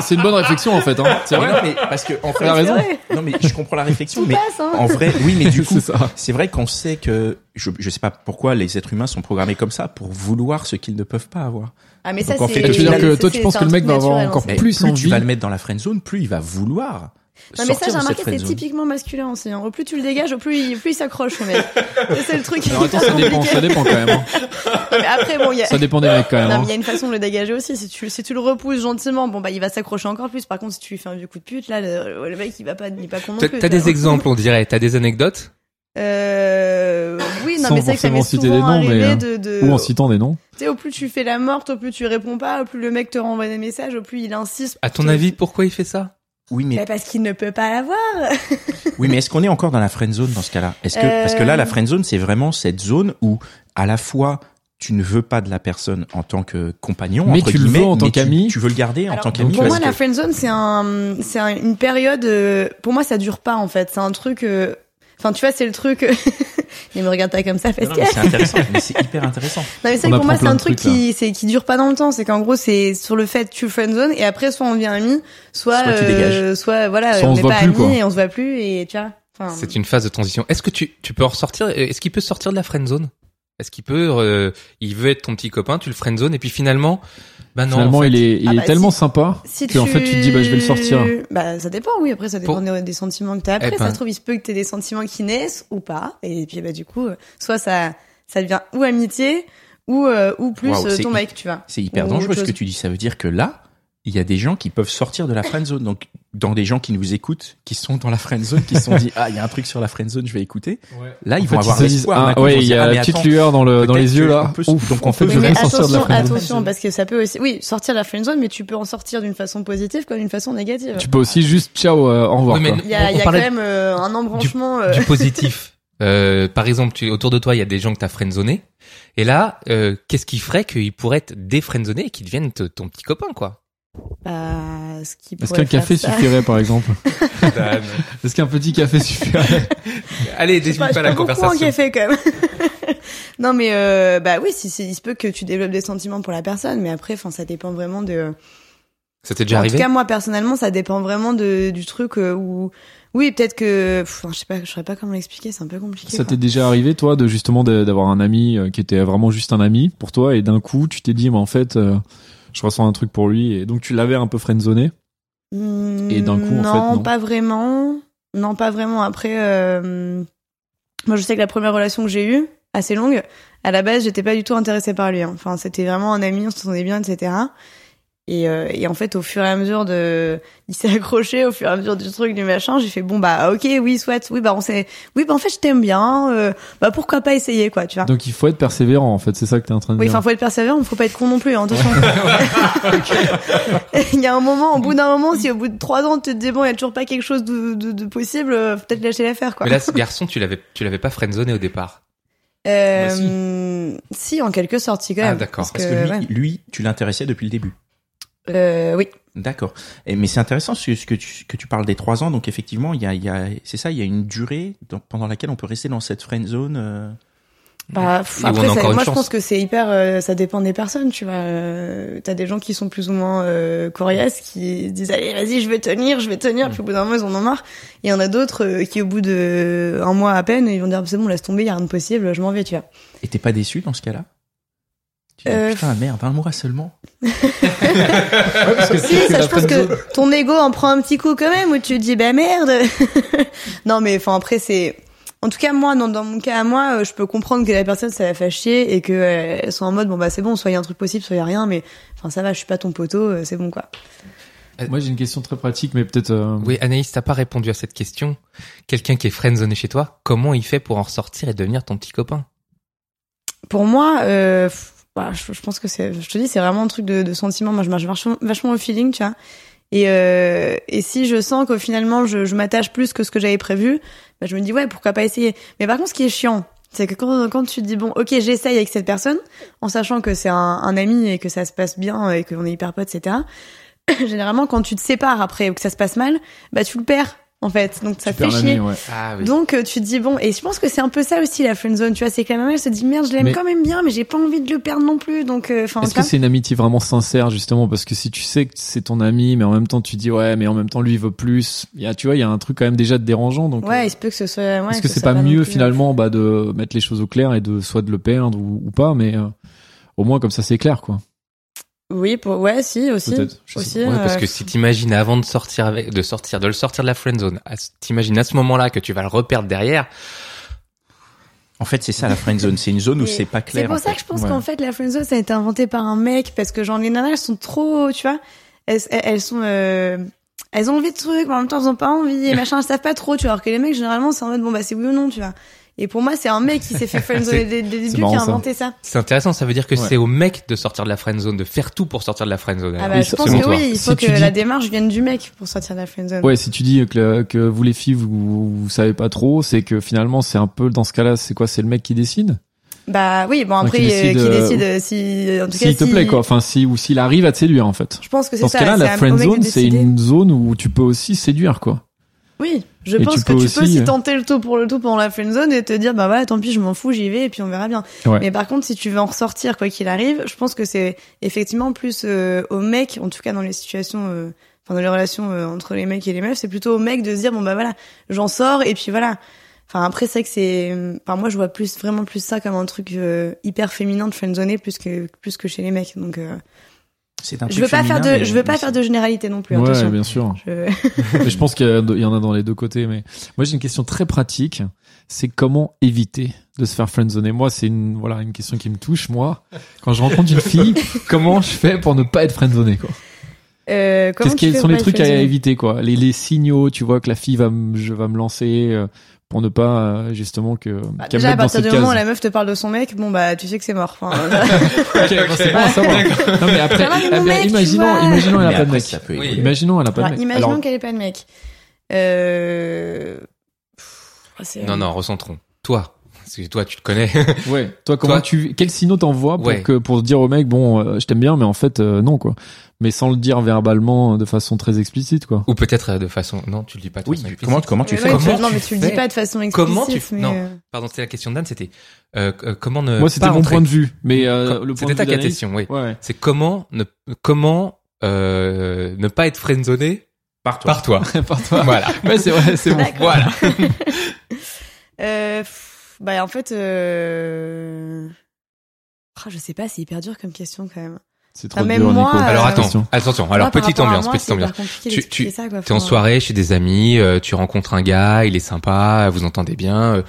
Speaker 4: C'est une bonne réflexion en fait. Hein. C'est
Speaker 2: Mais
Speaker 4: vrai.
Speaker 2: non, mais parce que en fait,
Speaker 4: T'as raison.
Speaker 3: vrai.
Speaker 2: non mais je comprends la réflexion,
Speaker 3: Tout
Speaker 2: mais
Speaker 3: passe, hein.
Speaker 2: en vrai, oui, mais du coup,
Speaker 4: c'est ça.
Speaker 2: C'est vrai qu'on sait que je je sais pas pourquoi les êtres humains sont programmés comme ça pour vouloir ce qu'ils ne peuvent pas avoir.
Speaker 3: Ah, mais ça,
Speaker 2: Donc, en
Speaker 3: c'est.
Speaker 2: fait, tu veux dire
Speaker 4: que
Speaker 3: c'est-
Speaker 4: toi, tu
Speaker 3: c'est-
Speaker 4: penses
Speaker 3: c'est
Speaker 4: que le
Speaker 3: un
Speaker 4: mec
Speaker 3: truc
Speaker 4: va avoir
Speaker 3: naturel,
Speaker 4: encore
Speaker 3: hein.
Speaker 2: Mais
Speaker 4: plus
Speaker 2: plus tu
Speaker 4: envie.
Speaker 2: vas le mettre dans la friend zone, plus il va vouloir
Speaker 3: Non, mais
Speaker 2: sortir
Speaker 3: ça, j'ai
Speaker 2: de cette
Speaker 3: remarqué, c'est
Speaker 2: friend
Speaker 4: hein.
Speaker 2: zone.
Speaker 3: typiquement masculin aussi. hein. Au plus tu le dégages, au plus il plus il s'accroche, le mec. Ça, C'est le truc.
Speaker 4: Alors attends, ça
Speaker 3: hyper
Speaker 4: dépend,
Speaker 3: compliqué.
Speaker 4: ça dépend quand même. hein.
Speaker 3: Non, mais Après, bon, il y a.
Speaker 4: Ça dépend des mecs quand même.
Speaker 3: Non,
Speaker 4: hein.
Speaker 3: mais il y a une façon de le dégager aussi. Si tu, si tu le repousses gentiment, bon, bah, il va s'accrocher encore plus. Par contre, si tu lui fais un vieux coup de pute, là, le, le mec, il va pas, il est pas con non
Speaker 5: T'as
Speaker 3: plus,
Speaker 5: t'as
Speaker 3: tu
Speaker 5: des
Speaker 3: vois.
Speaker 5: exemples, on dirait, t'as des anecdotes
Speaker 3: Euh, oui, non,
Speaker 4: Sans
Speaker 3: mais c'est vrai que ça
Speaker 4: forcément
Speaker 3: m'est
Speaker 4: citer
Speaker 3: souvent
Speaker 4: des noms, mais,
Speaker 3: arrivé de,
Speaker 4: euh,
Speaker 3: de...
Speaker 4: Ou en citant des noms.
Speaker 3: Tu sais, au plus tu fais la morte, au plus tu réponds pas, au plus le mec te renvoie des messages, au plus il insiste.
Speaker 5: À
Speaker 3: pour
Speaker 5: ton
Speaker 3: te-
Speaker 5: avis, pourquoi il fait ça
Speaker 2: Oui, mais
Speaker 3: Mais parce qu'il ne peut pas l'avoir.
Speaker 2: Oui, mais est-ce qu'on est encore dans la friend zone dans ce cas-là Est-ce que parce que là,
Speaker 3: Euh.
Speaker 2: la friend zone, c'est vraiment cette zone où à la fois tu ne veux pas de la personne en tant que compagnon,
Speaker 4: Mais
Speaker 2: entre
Speaker 4: tu le
Speaker 2: guillemets,
Speaker 4: veux en tant
Speaker 2: mais tu-
Speaker 4: qu'ami.
Speaker 2: Tu, veux le garder en
Speaker 3: Alors,
Speaker 2: tant qu'ami.
Speaker 3: Pour
Speaker 2: parce
Speaker 3: moi, la
Speaker 2: que-
Speaker 3: friendzone, c'est un, c'est un- une période. euh, pour moi, ça dure pas en fait. C'est un truc. euh, Enfin, tu vois, c'est le truc. Il me regarde pas comme ça,
Speaker 2: Non,
Speaker 3: parce
Speaker 2: non,
Speaker 3: que.
Speaker 2: mais c'est intéressant, mais c'est hyper intéressant.
Speaker 3: Non, mais c'est
Speaker 4: On
Speaker 3: vrai que pour moi,
Speaker 4: apprend
Speaker 3: c'est un
Speaker 4: plein de
Speaker 3: truc
Speaker 4: trucs,
Speaker 3: qui, c'est qui dure pas dans le temps. C'est qu'en gros, c'est sur le fait tu friendzone et après, soit on devient amis, soit,
Speaker 2: Soit tu
Speaker 3: euh,
Speaker 2: dégages.
Speaker 3: soit voilà,
Speaker 4: Soit on
Speaker 3: on
Speaker 4: se
Speaker 3: n'est
Speaker 4: voit
Speaker 3: pas
Speaker 4: plus,
Speaker 3: amis
Speaker 4: quoi.
Speaker 3: et on se voit plus et tu vois. Enfin,
Speaker 5: C'est une phase de transition. Est-ce que tu, tu peux en ressortir euh, Est-ce qu'il peut sortir de la friend zone Est-ce qu'il peut euh, Il veut être ton petit copain, tu le friend zone et puis finalement, bah non.
Speaker 4: Finalement,
Speaker 5: en fait,
Speaker 4: il est, il
Speaker 3: Ah
Speaker 4: est
Speaker 3: bah,
Speaker 4: tellement
Speaker 3: si-
Speaker 4: sympa
Speaker 3: si
Speaker 4: que en fait, tu te dis, bah, je vais le sortir.
Speaker 3: Bah, ça dépend, oui. Après, ça dépend
Speaker 5: Pour-
Speaker 3: des, des sentiments que t'as. Après,
Speaker 5: Eh ben.
Speaker 3: ça se trouve, il se peut que t'aies des sentiments qui naissent ou pas. Et puis, bah, du coup, euh, soit ça, ça devient ou amitié ou, euh, ou plus
Speaker 2: Waouh,
Speaker 3: euh,
Speaker 2: c'est
Speaker 3: ton
Speaker 2: hy-
Speaker 3: mec, tu vois.
Speaker 2: C'est hyper
Speaker 3: Ou
Speaker 2: dangereux
Speaker 3: autre
Speaker 2: ce que
Speaker 3: chose.
Speaker 2: tu dis. Ça veut dire que là, il y a des gens qui peuvent sortir de la friend zone. Donc, dans des gens qui nous écoutent, qui sont dans la friend zone, qui se sont dit ah, il y a un truc sur la friend zone, je vais écouter. Là, ils
Speaker 4: En
Speaker 2: vont
Speaker 4: fait,
Speaker 2: avoir
Speaker 4: se disent,
Speaker 2: l'espoir.
Speaker 4: ah,
Speaker 2: là, quand on
Speaker 4: ouais,
Speaker 2: se
Speaker 4: il
Speaker 2: dit,
Speaker 4: y a
Speaker 2: Ah, mais
Speaker 4: la petite
Speaker 2: attends,
Speaker 4: lueur dans, le, dans
Speaker 2: peut-être
Speaker 4: les yeux
Speaker 2: que
Speaker 4: là.
Speaker 2: on peut-
Speaker 4: Ouf,
Speaker 2: donc,
Speaker 4: en
Speaker 2: on
Speaker 4: fait,
Speaker 2: peut-
Speaker 4: je
Speaker 3: Oui,
Speaker 4: vais
Speaker 3: mais
Speaker 4: sortir de la
Speaker 3: attention,
Speaker 4: friendzone.
Speaker 3: attention, parce que ça peut aussi, oui, sortir de la friendzone, mais tu peux en sortir d'une façon positive comme d'une façon négative.
Speaker 4: Tu peux aussi juste ciao, euh, au revoir.
Speaker 5: Oui, mais
Speaker 4: quoi.
Speaker 5: non.
Speaker 3: Il y a,
Speaker 5: On-
Speaker 3: il y a
Speaker 5: on
Speaker 3: quand
Speaker 5: parlait-
Speaker 3: même euh, un embranchement. euh,
Speaker 5: du positif. Euh, par exemple, tu, autour de toi, il y a des gens que t'as friendzonné. Et là, euh, qu'est-ce qui ferait qu'ils pourraient être défriendzonnés et qu'ils deviennent te- ton petit copain, quoi
Speaker 3: bah, ce qui
Speaker 4: Est-ce
Speaker 3: pourrait
Speaker 4: qu'un café
Speaker 3: faire ça.
Speaker 4: suffirait, par exemple Est-ce qu'un petit café suffirait
Speaker 5: Allez,
Speaker 3: Je sais
Speaker 5: désuis
Speaker 3: je
Speaker 5: pas la
Speaker 3: prends beaucoup en
Speaker 5: conversation.
Speaker 3: café quand même. non mais euh, bah oui, si, si- il se peut que tu développes des sentiments pour la personne, mais après, enfin, ça dépend vraiment de.
Speaker 5: Ça t'est déjà
Speaker 3: en
Speaker 5: arrivé
Speaker 3: tout cas, moi personnellement, ça dépend vraiment de du truc euh, où. Oui, peut-être que. Pff, je sais pas, je saurais pas comment l'expliquer, c'est un peu compliqué.
Speaker 4: Ça
Speaker 3: quoi.
Speaker 4: t'est déjà arrivé, toi, de justement de- d'avoir un ami euh, qui était vraiment juste un ami pour toi et d'un coup, tu t'es dit, mais en fait, euh, je ressens un truc pour lui et donc tu l'avais un peu friendzonné.
Speaker 3: Hmm,
Speaker 4: Et d'un coup, en fait, non.
Speaker 3: pas vraiment. Non, pas vraiment. Après, euh, moi, je sais que la première relation que j'ai eue, assez longue, à la base, j'étais pas du tout intéressée par lui. hein. Enfin, c'était vraiment un ami, on s'entendait bien, etc. Et, euh, et en fait, au fur et à mesure de, il s'est accroché au fur et à mesure du truc, du machin. J'ai fait bon bah ok, oui, soit, oui bah on s'est, oui bah en fait je t'aime bien, euh, bah pourquoi pas essayer quoi,
Speaker 2: Ah.
Speaker 3: tu vois.
Speaker 4: Donc il faut être persévérant, en fait, c'est ça que t'es en train de
Speaker 3: Oui,
Speaker 4: dire.
Speaker 3: enfin, faut être persévérant, faut pas être con non plus, hein, attention. Il y a un moment, au bout d'un moment, si au bout de trois ans, tu te dis bon, il y a toujours pas quelque chose de, de, de possible, euh, faut peut-être lâcher l'affaire, quoi.
Speaker 5: Mais là, ce garçon, tu l'avais, tu l'avais pas friendzonné au départ.
Speaker 3: euh, si, en quelque sorte, si, quand
Speaker 5: Ah,
Speaker 3: même.
Speaker 5: d'accord.
Speaker 3: Parce
Speaker 2: Parce
Speaker 3: que,
Speaker 2: que
Speaker 4: Euh,
Speaker 2: lui,
Speaker 3: ouais.
Speaker 2: lui, tu l'intéressais depuis le début.
Speaker 3: Euh, oui.
Speaker 2: D'accord. Et- Mais c'est intéressant ce ce que tu, que tu parles des trois ans. Donc effectivement, il y a, il y a- c'est ça, il y a une durée donc, pendant laquelle on peut rester dans cette friend zone. euh.
Speaker 3: Bah, pff,
Speaker 5: Et on a
Speaker 3: après, ça-
Speaker 5: encore une
Speaker 3: moi, je
Speaker 5: chance.
Speaker 3: pense que c'est hyper, euh, ça dépend des personnes, tu vois. Euh, T'as des gens qui sont plus ou moins euh, coriaces, qui disent allez, vas-y, je vais tenir, je vais
Speaker 5: Mm.
Speaker 3: tenir, puis au bout d'un moment, ils en ont marre. Et il y en a d'autres euh, qui, au bout de euh, un mois à peine, ils vont dire c'est bon, laisse tomber, il y a rien de possible, je m'en vais, tu vois.
Speaker 2: Et t'es pas déçu dans ce cas-là Tu dis,
Speaker 3: Euh,
Speaker 2: Putain, merde, un mois seulement.
Speaker 3: Si, ça, je pense que ton ego en prend un petit coup quand même, où tu te dis, bah merde. non, mais enfin, après, c'est. En tout cas, moi, dans, dans mon cas à moi, euh, je peux comprendre que la personne, ça la fait chier et que euh, elle soit en mode, bon, bah c'est bon, soit il y a un truc possible, soit il y a rien, mais enfin, ça va, je suis pas ton poteau, euh, c'est bon quoi.
Speaker 4: Moi, j'ai une question très pratique, mais peut-être. euh,
Speaker 5: Oui, Anaïs, t'as pas répondu à cette question. Quelqu'un qui est friendzonné chez toi, comment il fait pour en ressortir et devenir ton petit copain
Speaker 3: Pour moi, euh, pff, bah, je, je pense que c'est. Je te dis, c'est vraiment un truc de, de sentiment. Moi, je marche vachement, vachement au feeling, tu vois. Et, euh, et si je sens que finalement je, je m'attache plus que ce que j'avais prévu, bah, je me dis ouais pourquoi pas essayer. Mais par contre ce qui est chiant, c'est que quand, quand tu te dis bon ok j'essaye avec cette personne, en sachant que c'est un, un ami et que ça se passe bien et qu'on est hyper potes etc. généralement quand tu te sépares après ou que ça se passe mal, bah tu le perds en fait. Donc ça
Speaker 4: tu
Speaker 3: te fait
Speaker 4: perds
Speaker 3: chier.
Speaker 4: l'ami, ouais.
Speaker 5: Ah
Speaker 3: Donc euh, tu te dis bon et je pense que c'est un peu ça aussi la friendzone tu vois c'est que la maman elle se dit merde je l'aime
Speaker 4: Mais-
Speaker 3: quand même bien mais j'ai pas envie de le perdre non plus donc euh, enfin
Speaker 4: Est-ce que c'est une amitié vraiment sincère justement parce que si tu sais que c'est ton ami mais en même temps tu dis ouais mais en même temps lui il veut plus il y a tu vois il y a un truc quand même déjà de dérangeant donc euh,
Speaker 3: ouais il se peut que ce soit ouais,
Speaker 4: est-ce que
Speaker 3: ce
Speaker 4: c'est
Speaker 3: soit
Speaker 4: pas,
Speaker 3: non
Speaker 4: mieux
Speaker 3: plus-
Speaker 4: finalement bah de mettre les choses au clair et de soit de le perdre ou, ou pas mais euh, au moins comme ça c'est clair quoi
Speaker 3: oui pour ouais si aussi
Speaker 4: peut-être je sais
Speaker 3: aussi
Speaker 4: pas.
Speaker 5: Ouais, parce
Speaker 3: euh,
Speaker 5: que si t'imagines avant de sortir avec, de sortir, de le sortir de la friend zone, t'imagines à ce moment-là que tu vas le reperdre derrière.
Speaker 2: En fait, c'est ça la friend zone. C'est une zone où
Speaker 3: Et
Speaker 2: c'est pas clair.
Speaker 3: C'est pour
Speaker 2: en
Speaker 3: ça
Speaker 2: fait.
Speaker 3: que je pense
Speaker 4: Ouais.
Speaker 3: qu'en fait, la friendzone, ça a été inventé par un mec, parce que genre, les nanas, elles sont trop, tu vois, elles, elles sont, euh, elles ont envie de trucs, mais en même temps, elles ont pas envie, et machin, elles savent pas trop, tu vois, alors que les mecs, généralement, c'est en mode, bon, bah, c'est oui ou non, tu vois. Et pour moi, c'est un mec qui s'est fait friendzoner
Speaker 5: C'est-
Speaker 3: dès dès le début
Speaker 4: marrant,
Speaker 3: qui a
Speaker 4: ça.
Speaker 3: inventé ça.
Speaker 5: C'est intéressant, ça veut dire que
Speaker 2: Ouais.
Speaker 5: c'est au mec de sortir de la friend zone, de faire tout pour sortir de la friend zone.
Speaker 3: Ah bah, je pense
Speaker 5: selon
Speaker 3: que
Speaker 5: toi.
Speaker 3: oui, il
Speaker 4: Si
Speaker 3: faut
Speaker 4: tu
Speaker 3: que
Speaker 4: dis-
Speaker 3: la démarche vienne du mec pour sortir de la friendzone.
Speaker 4: Ouais, si tu dis que, le- que vous les filles, vous, vous savez pas trop, c'est que finalement, c'est un peu dans ce cas-là, c'est quoi C'est le mec qui décide
Speaker 3: Bah oui, bon
Speaker 4: Donc,
Speaker 3: après,
Speaker 4: il
Speaker 3: il
Speaker 4: décide,
Speaker 3: décide, euh,
Speaker 4: euh,
Speaker 3: si, en tout cas,
Speaker 4: S'il te
Speaker 3: si-
Speaker 4: plaît, quoi. Enfin, si ou s'il arrive à te séduire, en fait.
Speaker 3: Je pense que c'est
Speaker 4: Dans ce
Speaker 3: ça.
Speaker 4: cas-là,
Speaker 3: c'est
Speaker 4: la
Speaker 3: à- au mec
Speaker 4: friend
Speaker 3: de
Speaker 4: zone, c'est
Speaker 3: décider.
Speaker 4: une zone où tu peux aussi séduire, quoi.
Speaker 3: Oui, je
Speaker 4: Et
Speaker 3: pense
Speaker 4: tu
Speaker 3: que
Speaker 4: peux
Speaker 3: tu
Speaker 4: aussi,
Speaker 3: peux aussi
Speaker 4: euh,
Speaker 3: tenter le tout pour le tout pendant la friendzone et te dire bah voilà, tant pis, je m'en fous, j'y vais et puis on verra bien.
Speaker 4: Ouais.
Speaker 3: Mais par contre, si tu veux en ressortir quoi qu'il arrive, je pense que c'est effectivement plus euh, au mec, en tout cas dans les situations, euh, enfin dans les relations euh, entre les mecs et les meufs, c'est plutôt au mec de se dire bon bah voilà, j'en sors et puis voilà. Enfin après c'est vrai que c'est, enfin moi je vois plus vraiment plus ça comme un truc euh, hyper féminin de friendzoner plus que plus que chez les mecs. Donc euh,
Speaker 2: C'est un
Speaker 3: je
Speaker 2: truc
Speaker 3: veux pas
Speaker 2: féminin,
Speaker 3: faire de,
Speaker 2: mais-
Speaker 3: je veux
Speaker 2: mais
Speaker 3: pas
Speaker 2: c'est-
Speaker 3: faire de généralité non plus.
Speaker 4: Ouais,
Speaker 3: attention.
Speaker 4: bien sûr.
Speaker 3: Je-
Speaker 4: Mais je pense qu'il y a- il y en a dans les deux côtés. Mais moi, j'ai une question très pratique. C'est comment éviter de se faire friendzoner. Moi, c'est une voilà une question qui me touche. Moi, quand je rencontre une fille, comment je fais pour ne pas être friendzoné quoi
Speaker 3: Euh, comment
Speaker 4: Qu'est-ce
Speaker 3: tu
Speaker 4: qu'ils
Speaker 3: fais
Speaker 4: sont
Speaker 3: pour
Speaker 4: les
Speaker 3: être
Speaker 4: trucs à
Speaker 3: friendzonée
Speaker 4: éviter quoi Les les signaux, tu vois que la fille va me je va me lancer euh, pour ne pas euh, justement que
Speaker 3: Bah,
Speaker 4: qu'elle me
Speaker 3: déjà, à
Speaker 4: mette dans
Speaker 3: partir
Speaker 4: cette
Speaker 3: du
Speaker 4: case.
Speaker 3: moment où la meuf te parle de son mec, bon bah tu sais que c'est mort. Enfin, euh,
Speaker 4: Ok, bon, c'est bon à savoir. Non mais après,
Speaker 3: Vraiment, mon
Speaker 4: eh bien,
Speaker 3: mec, tu
Speaker 4: imaginons
Speaker 3: vois.
Speaker 4: imaginons elle a
Speaker 2: mais
Speaker 4: pas de
Speaker 2: après,
Speaker 4: mec.
Speaker 2: ça peut
Speaker 5: Oui.
Speaker 2: évoluer.
Speaker 4: Imaginons elle a pas
Speaker 3: alors,
Speaker 4: de mec.
Speaker 3: imaginons
Speaker 4: Alors,
Speaker 3: qu'elle ait pas de mec. Euh... pff, c'est-
Speaker 5: Non, non, recentrons. Toi, parce que toi, tu te connais.
Speaker 4: Ouais. Toi, comment
Speaker 5: Toi-
Speaker 4: tu, quel signaux t'envoies pour
Speaker 5: Ouais.
Speaker 4: que pour dire au mec, bon, euh, je t'aime bien, mais en fait, euh, non quoi. Mais sans le dire verbalement euh, de façon très explicite quoi.
Speaker 5: Ou peut-être euh, de façon... Non, tu le dis pas. de
Speaker 2: Oui,
Speaker 5: façon explicite.
Speaker 2: comment, comment tu
Speaker 3: Mais
Speaker 2: fais
Speaker 3: ouais,
Speaker 5: Comment
Speaker 3: non,
Speaker 5: tu
Speaker 3: mais tu le
Speaker 5: fais
Speaker 3: dis pas de façon explicite.
Speaker 5: Comment tu-
Speaker 3: mais,
Speaker 5: non.
Speaker 3: euh,
Speaker 5: Pardon, c'était la question d'Anne, c'était... euh, euh, comment ne
Speaker 4: Moi, c'était
Speaker 5: pas
Speaker 4: mon
Speaker 5: rentrer-
Speaker 4: point de vue, mais euh, le point de
Speaker 5: C'était
Speaker 4: vue
Speaker 5: ta
Speaker 4: d'analyse-
Speaker 5: question, oui.
Speaker 4: Ouais, ouais.
Speaker 5: C'est comment ne, comment, euh, ne pas être friendzoné
Speaker 2: Par
Speaker 5: par toi.
Speaker 4: Par toi.
Speaker 5: voilà.
Speaker 4: Ouais, c'est vrai, c'est bon.
Speaker 3: D'accord.
Speaker 5: Voilà.
Speaker 3: euh, pff, bah en fait, euh... ah, je sais pas, c'est hyper dur comme question quand même.
Speaker 4: C'est
Speaker 3: Ah,
Speaker 4: trop
Speaker 3: même
Speaker 4: dur,
Speaker 3: moi,
Speaker 4: Nico.
Speaker 3: euh,
Speaker 5: Alors
Speaker 4: Cette
Speaker 5: attention,
Speaker 4: question.
Speaker 5: attention.
Speaker 3: Moi,
Speaker 5: Alors
Speaker 3: par
Speaker 5: petite
Speaker 3: rapport à
Speaker 5: ambiance,
Speaker 3: moi,
Speaker 5: petite
Speaker 3: c'est hyper
Speaker 5: ambiance.
Speaker 3: compliqué
Speaker 5: Tu-
Speaker 3: d'expliquer
Speaker 5: tu-
Speaker 3: ça, quoi.
Speaker 5: T'es en
Speaker 3: Enfin,
Speaker 5: soirée chez des amis, euh, tu rencontres un gars, il est sympa, vous entendez bien, euh,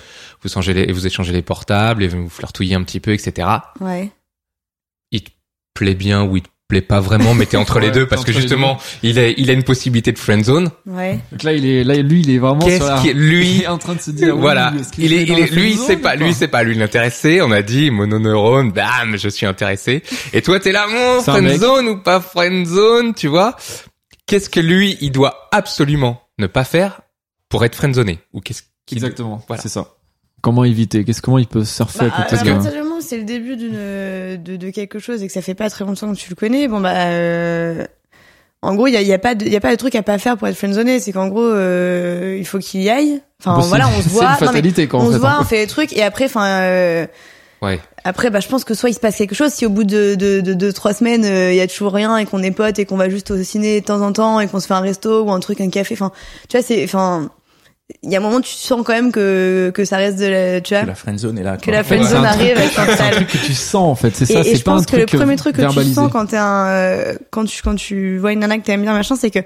Speaker 5: vous, changez les- vous échangez les portables, et vous flirtouillez un petit peu, etc.
Speaker 3: Ouais.
Speaker 5: Il te plaît bien ou il te plaît pas vraiment, mais t'es entre les
Speaker 4: Ouais,
Speaker 5: deux
Speaker 4: t'es
Speaker 5: parce que
Speaker 4: entre les
Speaker 5: justement, il a, il a une possibilité de friendzone.
Speaker 3: Ouais.
Speaker 4: Donc là, il est, là, lui, il est vraiment sur la-
Speaker 5: Qu'est-ce qui
Speaker 4: il
Speaker 5: lui,
Speaker 4: est en train de se dire.
Speaker 5: voilà,
Speaker 4: oui, est-ce qu'il
Speaker 5: il est,
Speaker 4: dans
Speaker 5: il
Speaker 4: la
Speaker 5: est, lui, il
Speaker 4: friendzone
Speaker 5: sait
Speaker 4: ou
Speaker 5: pas, lui, il sait pas, lui, il est intéressé. On a dit mononeurone, bam, je suis intéressé. Et toi, t'es là, mon
Speaker 4: C'est un mec.
Speaker 5: friendzone ou pas friendzone, tu vois. Qu'est-ce que lui, il doit absolument ne pas faire pour être friendzoné? Ou qu'est-ce qu'il
Speaker 4: Exactement.
Speaker 5: Voilà.
Speaker 4: C'est ça. Comment éviter Qu'est-ce comment il peut surfer
Speaker 3: Bah,
Speaker 4: à
Speaker 3: à
Speaker 4: côté de
Speaker 3: partir du moment où c'est le début d'une de, de quelque chose et que ça fait pas très longtemps que tu le connais, bon bah euh, en gros il y a, il y a pas de il y a pas de truc à pas faire pour être friendzoné, c'est qu'en gros euh, il faut qu'il y aille. Enfin
Speaker 4: Bon, c'est-
Speaker 3: voilà, on se
Speaker 4: c'est
Speaker 3: voit,
Speaker 4: une
Speaker 3: non, mais
Speaker 4: fatalité quoi.
Speaker 3: on
Speaker 4: en
Speaker 3: se
Speaker 4: fait,
Speaker 3: voit,
Speaker 4: hein.
Speaker 3: on fait des trucs et après enfin euh,
Speaker 5: Ouais.
Speaker 3: après bah je pense que soit il se passe quelque chose si au bout de de de, de trois semaines euh, il y a toujours rien et qu'on est potes et qu'on va juste au ciné de temps en temps et qu'on se fait un resto ou un truc un café enfin tu vois c'est enfin il y a un moment tu sens quand même que que ça reste de la tu vois
Speaker 2: Que la friendzone est là.
Speaker 3: que
Speaker 2: quoi.
Speaker 3: la
Speaker 4: friendzone
Speaker 3: friendzone
Speaker 4: un truc-
Speaker 3: arrive quand
Speaker 4: C'est un
Speaker 3: ça
Speaker 4: truc que tu sens en fait. C'est ça.
Speaker 3: et, et
Speaker 4: C'est
Speaker 3: je
Speaker 4: pas un
Speaker 3: pense que le
Speaker 4: truc euh,
Speaker 3: premier truc que tu
Speaker 4: verbalisé.
Speaker 3: sens quand t'es un, euh, quand tu quand tu vois une nana que t'aimes bien machin, c'est que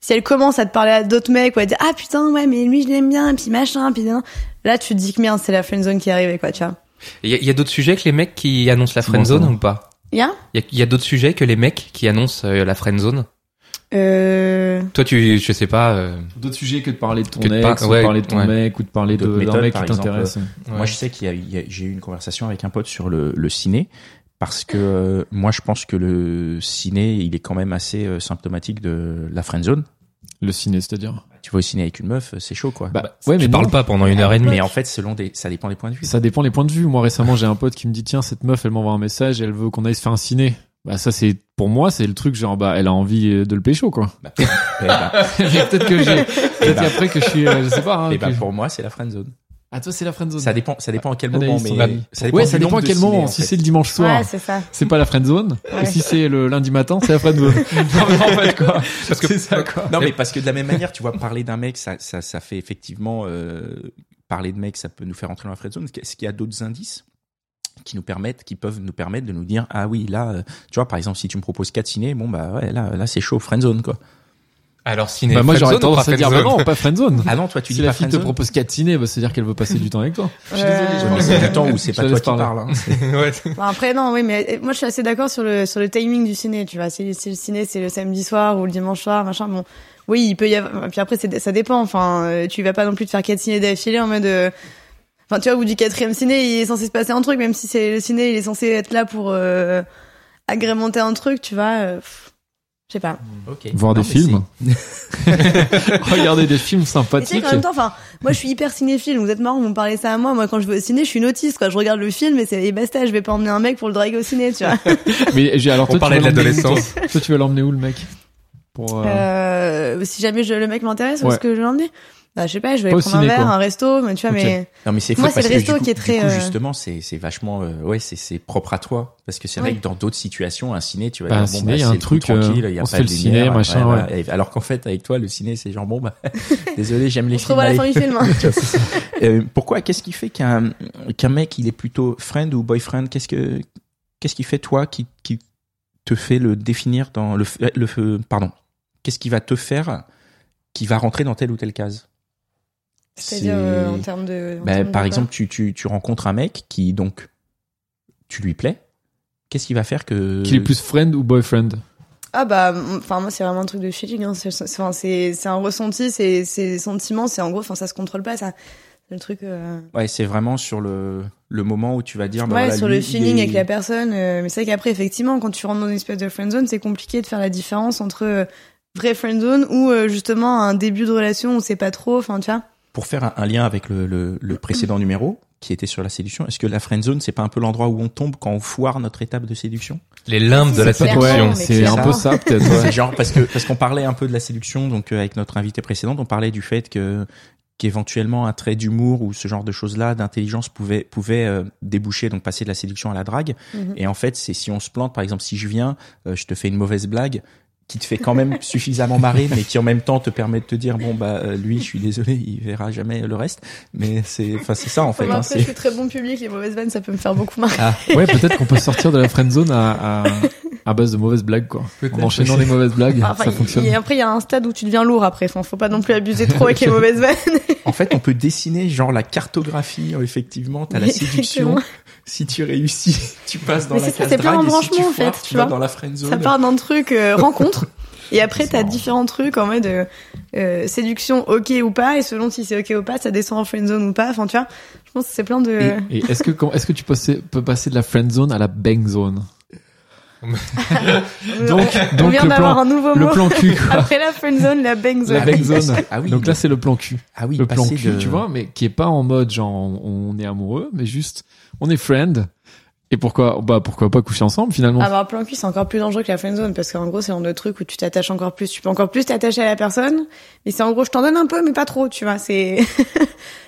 Speaker 3: si elle commence à te parler à d'autres mecs, ou à te dire ah putain ouais mais lui je l'aime bien, puis machin, puis nan, nan. là tu te dis que merde c'est la friendzone qui est arrivée quoi, tu vois.
Speaker 5: Il y a, il y a d'autres sujets que les mecs qui annoncent la
Speaker 4: C'est bon, ça
Speaker 5: friendzone
Speaker 4: va.
Speaker 5: ou pas?
Speaker 3: Y'a
Speaker 5: Il y a, il y a d'autres sujets que les mecs qui annoncent euh, la friendzone.
Speaker 3: euh...
Speaker 5: Toi, tu, je sais pas, euh,
Speaker 4: D'autres sujets que de parler de ton
Speaker 5: Que de
Speaker 4: ex,
Speaker 5: par-
Speaker 4: ou de
Speaker 5: ouais,
Speaker 4: parler de ton
Speaker 5: ouais.
Speaker 4: mec, ou de parler de-
Speaker 2: D'autres
Speaker 4: d'un
Speaker 2: méthodes,
Speaker 4: mec
Speaker 2: par
Speaker 4: qui t'intéresse.
Speaker 5: Ouais.
Speaker 2: Moi, je sais qu'il y a, il y a- j'ai eu une conversation avec un pote sur le, le ciné parce que euh, moi, je pense que le ciné, il est quand même assez euh, symptomatique de la friendzone.
Speaker 4: Le ciné, c'est-à-dire.
Speaker 2: Tu vas au ciné avec une meuf, euh, c'est chaud, quoi.
Speaker 4: Ah, Bah, ouais,
Speaker 5: tu
Speaker 4: mais
Speaker 5: parles
Speaker 4: non.
Speaker 5: pas pendant une heure et demie.
Speaker 2: Mais en fait, selon des, ça dépend des points de vue.
Speaker 4: Ça dépend les points de vue. Moi, récemment, j'ai un pote qui me dit tiens, cette meuf, elle m'envoie un message, elle veut qu'on aille se faire un ciné. Bah, ça, c'est pour moi, c'est le truc genre bah, elle a envie euh, de le pécho quoi.
Speaker 2: Bah, eh ben,
Speaker 4: Mais peut-être que j'ai,
Speaker 2: eh ben,
Speaker 4: peut-être qu'après que je suis, euh, je Ah, sais pas. Hein,
Speaker 2: eh ben,
Speaker 4: que-
Speaker 2: pour moi, c'est la friendzone.
Speaker 4: Ah toi, c'est la friendzone.
Speaker 2: Ça dépend, ça dépend à quel moment,
Speaker 4: Anaïs,
Speaker 2: mais
Speaker 4: ton avis. ouais, ça
Speaker 2: du
Speaker 4: dépend
Speaker 2: nombre
Speaker 4: à
Speaker 2: de
Speaker 4: quel moment.
Speaker 2: ciné, en
Speaker 4: si
Speaker 2: fait.
Speaker 4: c'est le dimanche soir.
Speaker 3: Ouais c'est ça.
Speaker 4: c'est pas la friendzone.
Speaker 3: Ouais.
Speaker 4: Et si c'est le lundi matin, c'est la friendzone. non, mais en fait, quoi. Parce que, c'est ça, quoi.
Speaker 2: Non mais parce que de la même manière, tu vois, parler d'un mec, ça, ça, ça fait effectivement euh, parler de mec, ça peut nous faire entrer dans la friend zone. Est-ce qu'il y a d'autres indices qui nous permettent, qui peuvent nous permettre de nous dire ah oui là, euh, tu vois par exemple si tu me proposes quatre ciné, bon bah ouais là là c'est chaud friend zone quoi.
Speaker 5: Alors, ciné,
Speaker 4: Bah, moi, j'aurais
Speaker 5: friendzone ou pas
Speaker 4: tendance à dire, bah
Speaker 5: friendzone
Speaker 4: non, pas friendzone.
Speaker 2: Ah non toi tu
Speaker 4: si
Speaker 2: dis
Speaker 4: la
Speaker 2: pas
Speaker 4: fille
Speaker 2: friend
Speaker 4: te
Speaker 2: zone.
Speaker 4: propose quatre ciné, bah, c'est-à-dire qu'elle veut passer du temps avec toi.
Speaker 3: Euh,
Speaker 2: C'est du temps où c'est
Speaker 4: Je
Speaker 2: pas
Speaker 4: te
Speaker 2: toi
Speaker 4: laisse
Speaker 2: qui
Speaker 4: parler.
Speaker 2: parle. Hein.
Speaker 5: Ouais.
Speaker 3: Bon, après non oui mais euh, moi je suis assez d'accord sur le sur le timing du ciné tu vois si, si le ciné c'est le samedi soir ou le dimanche soir machin bon oui il peut y avoir puis après c'est- ça dépend enfin euh, tu vas pas non plus te faire quatre ciné d'affilée en mode euh, Enfin, tu vois, au bout du quatrième ciné, il est censé se passer un truc, même si c'est le ciné, il est censé être là pour euh, agrémenter un truc, tu vois. euh, pff, je sais pas.
Speaker 2: hein.
Speaker 5: Ok.
Speaker 4: Voir
Speaker 5: Non,
Speaker 4: des
Speaker 5: mais
Speaker 4: films. Regarder des films
Speaker 3: Mais tu sais
Speaker 4: sympathiques.
Speaker 3: qu'en même temps, enfin, moi je suis hyper cinéphile, vous êtes marrant, vous me parlez ça à moi. Moi quand je vais au ciné, je suis une autiste, quoi. Je regarde le film et c'est et basta, je vais pas emmener un mec pour le draguer au ciné, tu vois.
Speaker 4: Mais j'ai alors
Speaker 5: On
Speaker 4: toi, tu
Speaker 5: parlait
Speaker 4: vas
Speaker 5: de
Speaker 4: l'emmener où,
Speaker 5: l'adolescence.
Speaker 4: toi Toi, tu vas l'emmener où le mec Pour. euh,
Speaker 3: Euh, si jamais je- le mec m'intéresse, ou
Speaker 4: Ouais.
Speaker 3: est-ce que je l'emmène Bah, je sais pas, je vais
Speaker 4: Pas au
Speaker 3: prendre un
Speaker 4: ciné,
Speaker 3: verre,
Speaker 4: quoi.
Speaker 3: un resto, mais tu vois,
Speaker 4: Ok.
Speaker 3: mais
Speaker 2: Non mais c'est fou
Speaker 3: Moi,
Speaker 2: parce
Speaker 3: c'est le
Speaker 2: que du
Speaker 3: resto
Speaker 2: coup,
Speaker 3: qui est
Speaker 2: du
Speaker 3: très,
Speaker 2: coup,
Speaker 3: euh,
Speaker 2: justement c'est c'est vachement euh, ouais c'est c'est propre à toi parce que c'est vrai
Speaker 3: Oui.
Speaker 2: que dans d'autres situations un ciné tu vas
Speaker 4: Bah,
Speaker 2: dire
Speaker 4: un
Speaker 2: bon
Speaker 4: ciné,
Speaker 2: bah,
Speaker 4: il y a
Speaker 2: c'est
Speaker 4: un
Speaker 2: le truc
Speaker 4: truc, euh,
Speaker 2: tranquille il y a
Speaker 4: on
Speaker 2: pas
Speaker 4: se fait
Speaker 2: de
Speaker 4: le
Speaker 2: lumière,
Speaker 4: ciné,
Speaker 2: ouais,
Speaker 4: machin,
Speaker 2: voilà. Et alors qu'en fait avec toi le ciné c'est genre bon bah désolé j'aime les
Speaker 3: on se
Speaker 2: films
Speaker 3: revoit à la
Speaker 2: allez.
Speaker 3: fin du film. hein.
Speaker 2: Euh, pourquoi qu'est-ce qui fait qu'un qu'un mec il est plutôt friend ou boyfriend qu'est-ce que qu'est-ce qui fait toi qui qui te fait le définir dans le f- le f- pardon qu'est-ce qui va te faire qui va rentrer dans telle ou telle case
Speaker 3: C'est-à-dire euh, en termes de. en
Speaker 2: Ben,
Speaker 3: termes de
Speaker 2: par
Speaker 3: quoi
Speaker 2: exemple, tu, tu, tu rencontres un mec qui, donc, tu lui plais. Qu'est-ce qui va faire que...
Speaker 4: Qu'il est plus friend ou boyfriend
Speaker 3: Ah bah, m- enfin moi c'est vraiment un truc de feeling. Hein. C'est, c'est, enfin, c'est, c'est un ressenti, c'est, c'est des sentiments, c'est en gros, enfin ça se contrôle pas, ça. C'est le truc. euh,
Speaker 2: Ouais, c'est vraiment sur le, le moment où tu vas dire... bah
Speaker 3: ouais,
Speaker 2: voilà,
Speaker 3: sur
Speaker 2: lui,
Speaker 3: le
Speaker 2: il
Speaker 3: feeling
Speaker 2: est-
Speaker 3: avec la personne. euh, mais c'est vrai qu'après, effectivement, quand tu rentres dans une espèce de friend zone, c'est compliqué de faire la différence entre euh, vraie friend zone ou euh, justement un début de relation où c'est pas trop. Enfin, tu vois.
Speaker 2: Pour faire un, un lien avec le, le, le précédent numéro, qui était sur la séduction, est-ce que la friend zone, c'est pas un peu l'endroit où on tombe quand on foire notre étape de séduction
Speaker 5: Les limbes de la
Speaker 3: C'est clairement,
Speaker 5: séduction.
Speaker 3: mais
Speaker 4: c'est
Speaker 3: clairement.
Speaker 4: un peu ça peut-être.
Speaker 2: C'est
Speaker 4: ouais.
Speaker 2: genre parce que parce qu'on parlait un peu de la séduction, donc euh, avec notre invité précédente, on parlait du fait que qu'éventuellement un trait d'humour ou ce genre de choses-là, d'intelligence pouvait pouvait euh, déboucher, donc passer de la séduction à la drague.
Speaker 3: Mhm.
Speaker 2: Et en fait, c'est si on se plante, par exemple, si je viens, euh, je te fais une mauvaise blague qui te fait quand même suffisamment marrer, mais qui en même temps te permet de te dire bon bah euh, lui, je suis désolé, il verra jamais le reste. Mais c'est enfin c'est ça en fait.
Speaker 3: Comme
Speaker 2: hein,
Speaker 3: après, je
Speaker 2: c'est
Speaker 3: suis très bon public, les mauvaises vannes, ça peut me faire beaucoup marrer.
Speaker 4: Ouais, peut-être qu'on peut sortir de la friend zone à, à, à base de mauvaises blagues quoi. En
Speaker 5: Peut-être,
Speaker 4: enchaînant
Speaker 5: oui.
Speaker 4: les mauvaises blagues,
Speaker 3: Ah, Enfin,
Speaker 4: ça
Speaker 3: il-
Speaker 4: fonctionne.
Speaker 3: et après, il y a un stade où tu deviens lourd après. Enfin, faut pas non plus abuser trop avec les mauvaises vannes.
Speaker 2: en fait on peut dessiner genre la cartographie euh, effectivement. T'as la séduction.
Speaker 3: Exactement.
Speaker 2: Si tu réussis, tu passes dans
Speaker 3: Mais
Speaker 2: la
Speaker 3: c'est ça,
Speaker 2: case
Speaker 3: c'est plein
Speaker 2: drague. et si
Speaker 3: d'embranchements,
Speaker 2: tu
Speaker 3: en fait,
Speaker 2: foires, tu,
Speaker 3: tu
Speaker 2: vas
Speaker 3: vois.
Speaker 2: dans la friend zone.
Speaker 3: Ça part d'un truc euh, rencontre. Et après,
Speaker 2: C'est
Speaker 3: t'as
Speaker 2: marrant.
Speaker 3: différents trucs en mode euh, euh, séduction, ok ou pas, et selon si c'est ok ou pas, ça descend en friend zone ou pas. Enfin, tu vois, je pense que c'est plein de.
Speaker 4: Et est-ce que quand- est-ce que tu passais- peux passer de la friend zone à la bang zone
Speaker 3: On-
Speaker 4: donc-
Speaker 3: on
Speaker 4: donc
Speaker 3: vient
Speaker 4: le
Speaker 3: d'avoir
Speaker 4: plan-
Speaker 3: un nouveau
Speaker 4: Le
Speaker 3: mot.
Speaker 4: plan cul quoi.
Speaker 3: Après la friend zone, la bang zone.
Speaker 4: La bang zone.
Speaker 2: Ah oui,
Speaker 4: Donc là c'est le plan cul.
Speaker 2: ah oui,
Speaker 4: le plan
Speaker 2: passer
Speaker 4: cul,
Speaker 2: de-
Speaker 4: tu vois, mais qui est pas en mode genre on on est amoureux, mais juste on est friend. Et pourquoi bah pourquoi pas coucher ensemble finalement
Speaker 3: Avoir un plan cul, c'est encore plus dangereux que la friend zone parce qu'en gros, c'est dans le truc où tu t'attaches encore plus. Tu peux encore plus t'attacher à la personne, mais c'est en gros, je t'en donne un peu, mais pas trop, tu vois. C'est,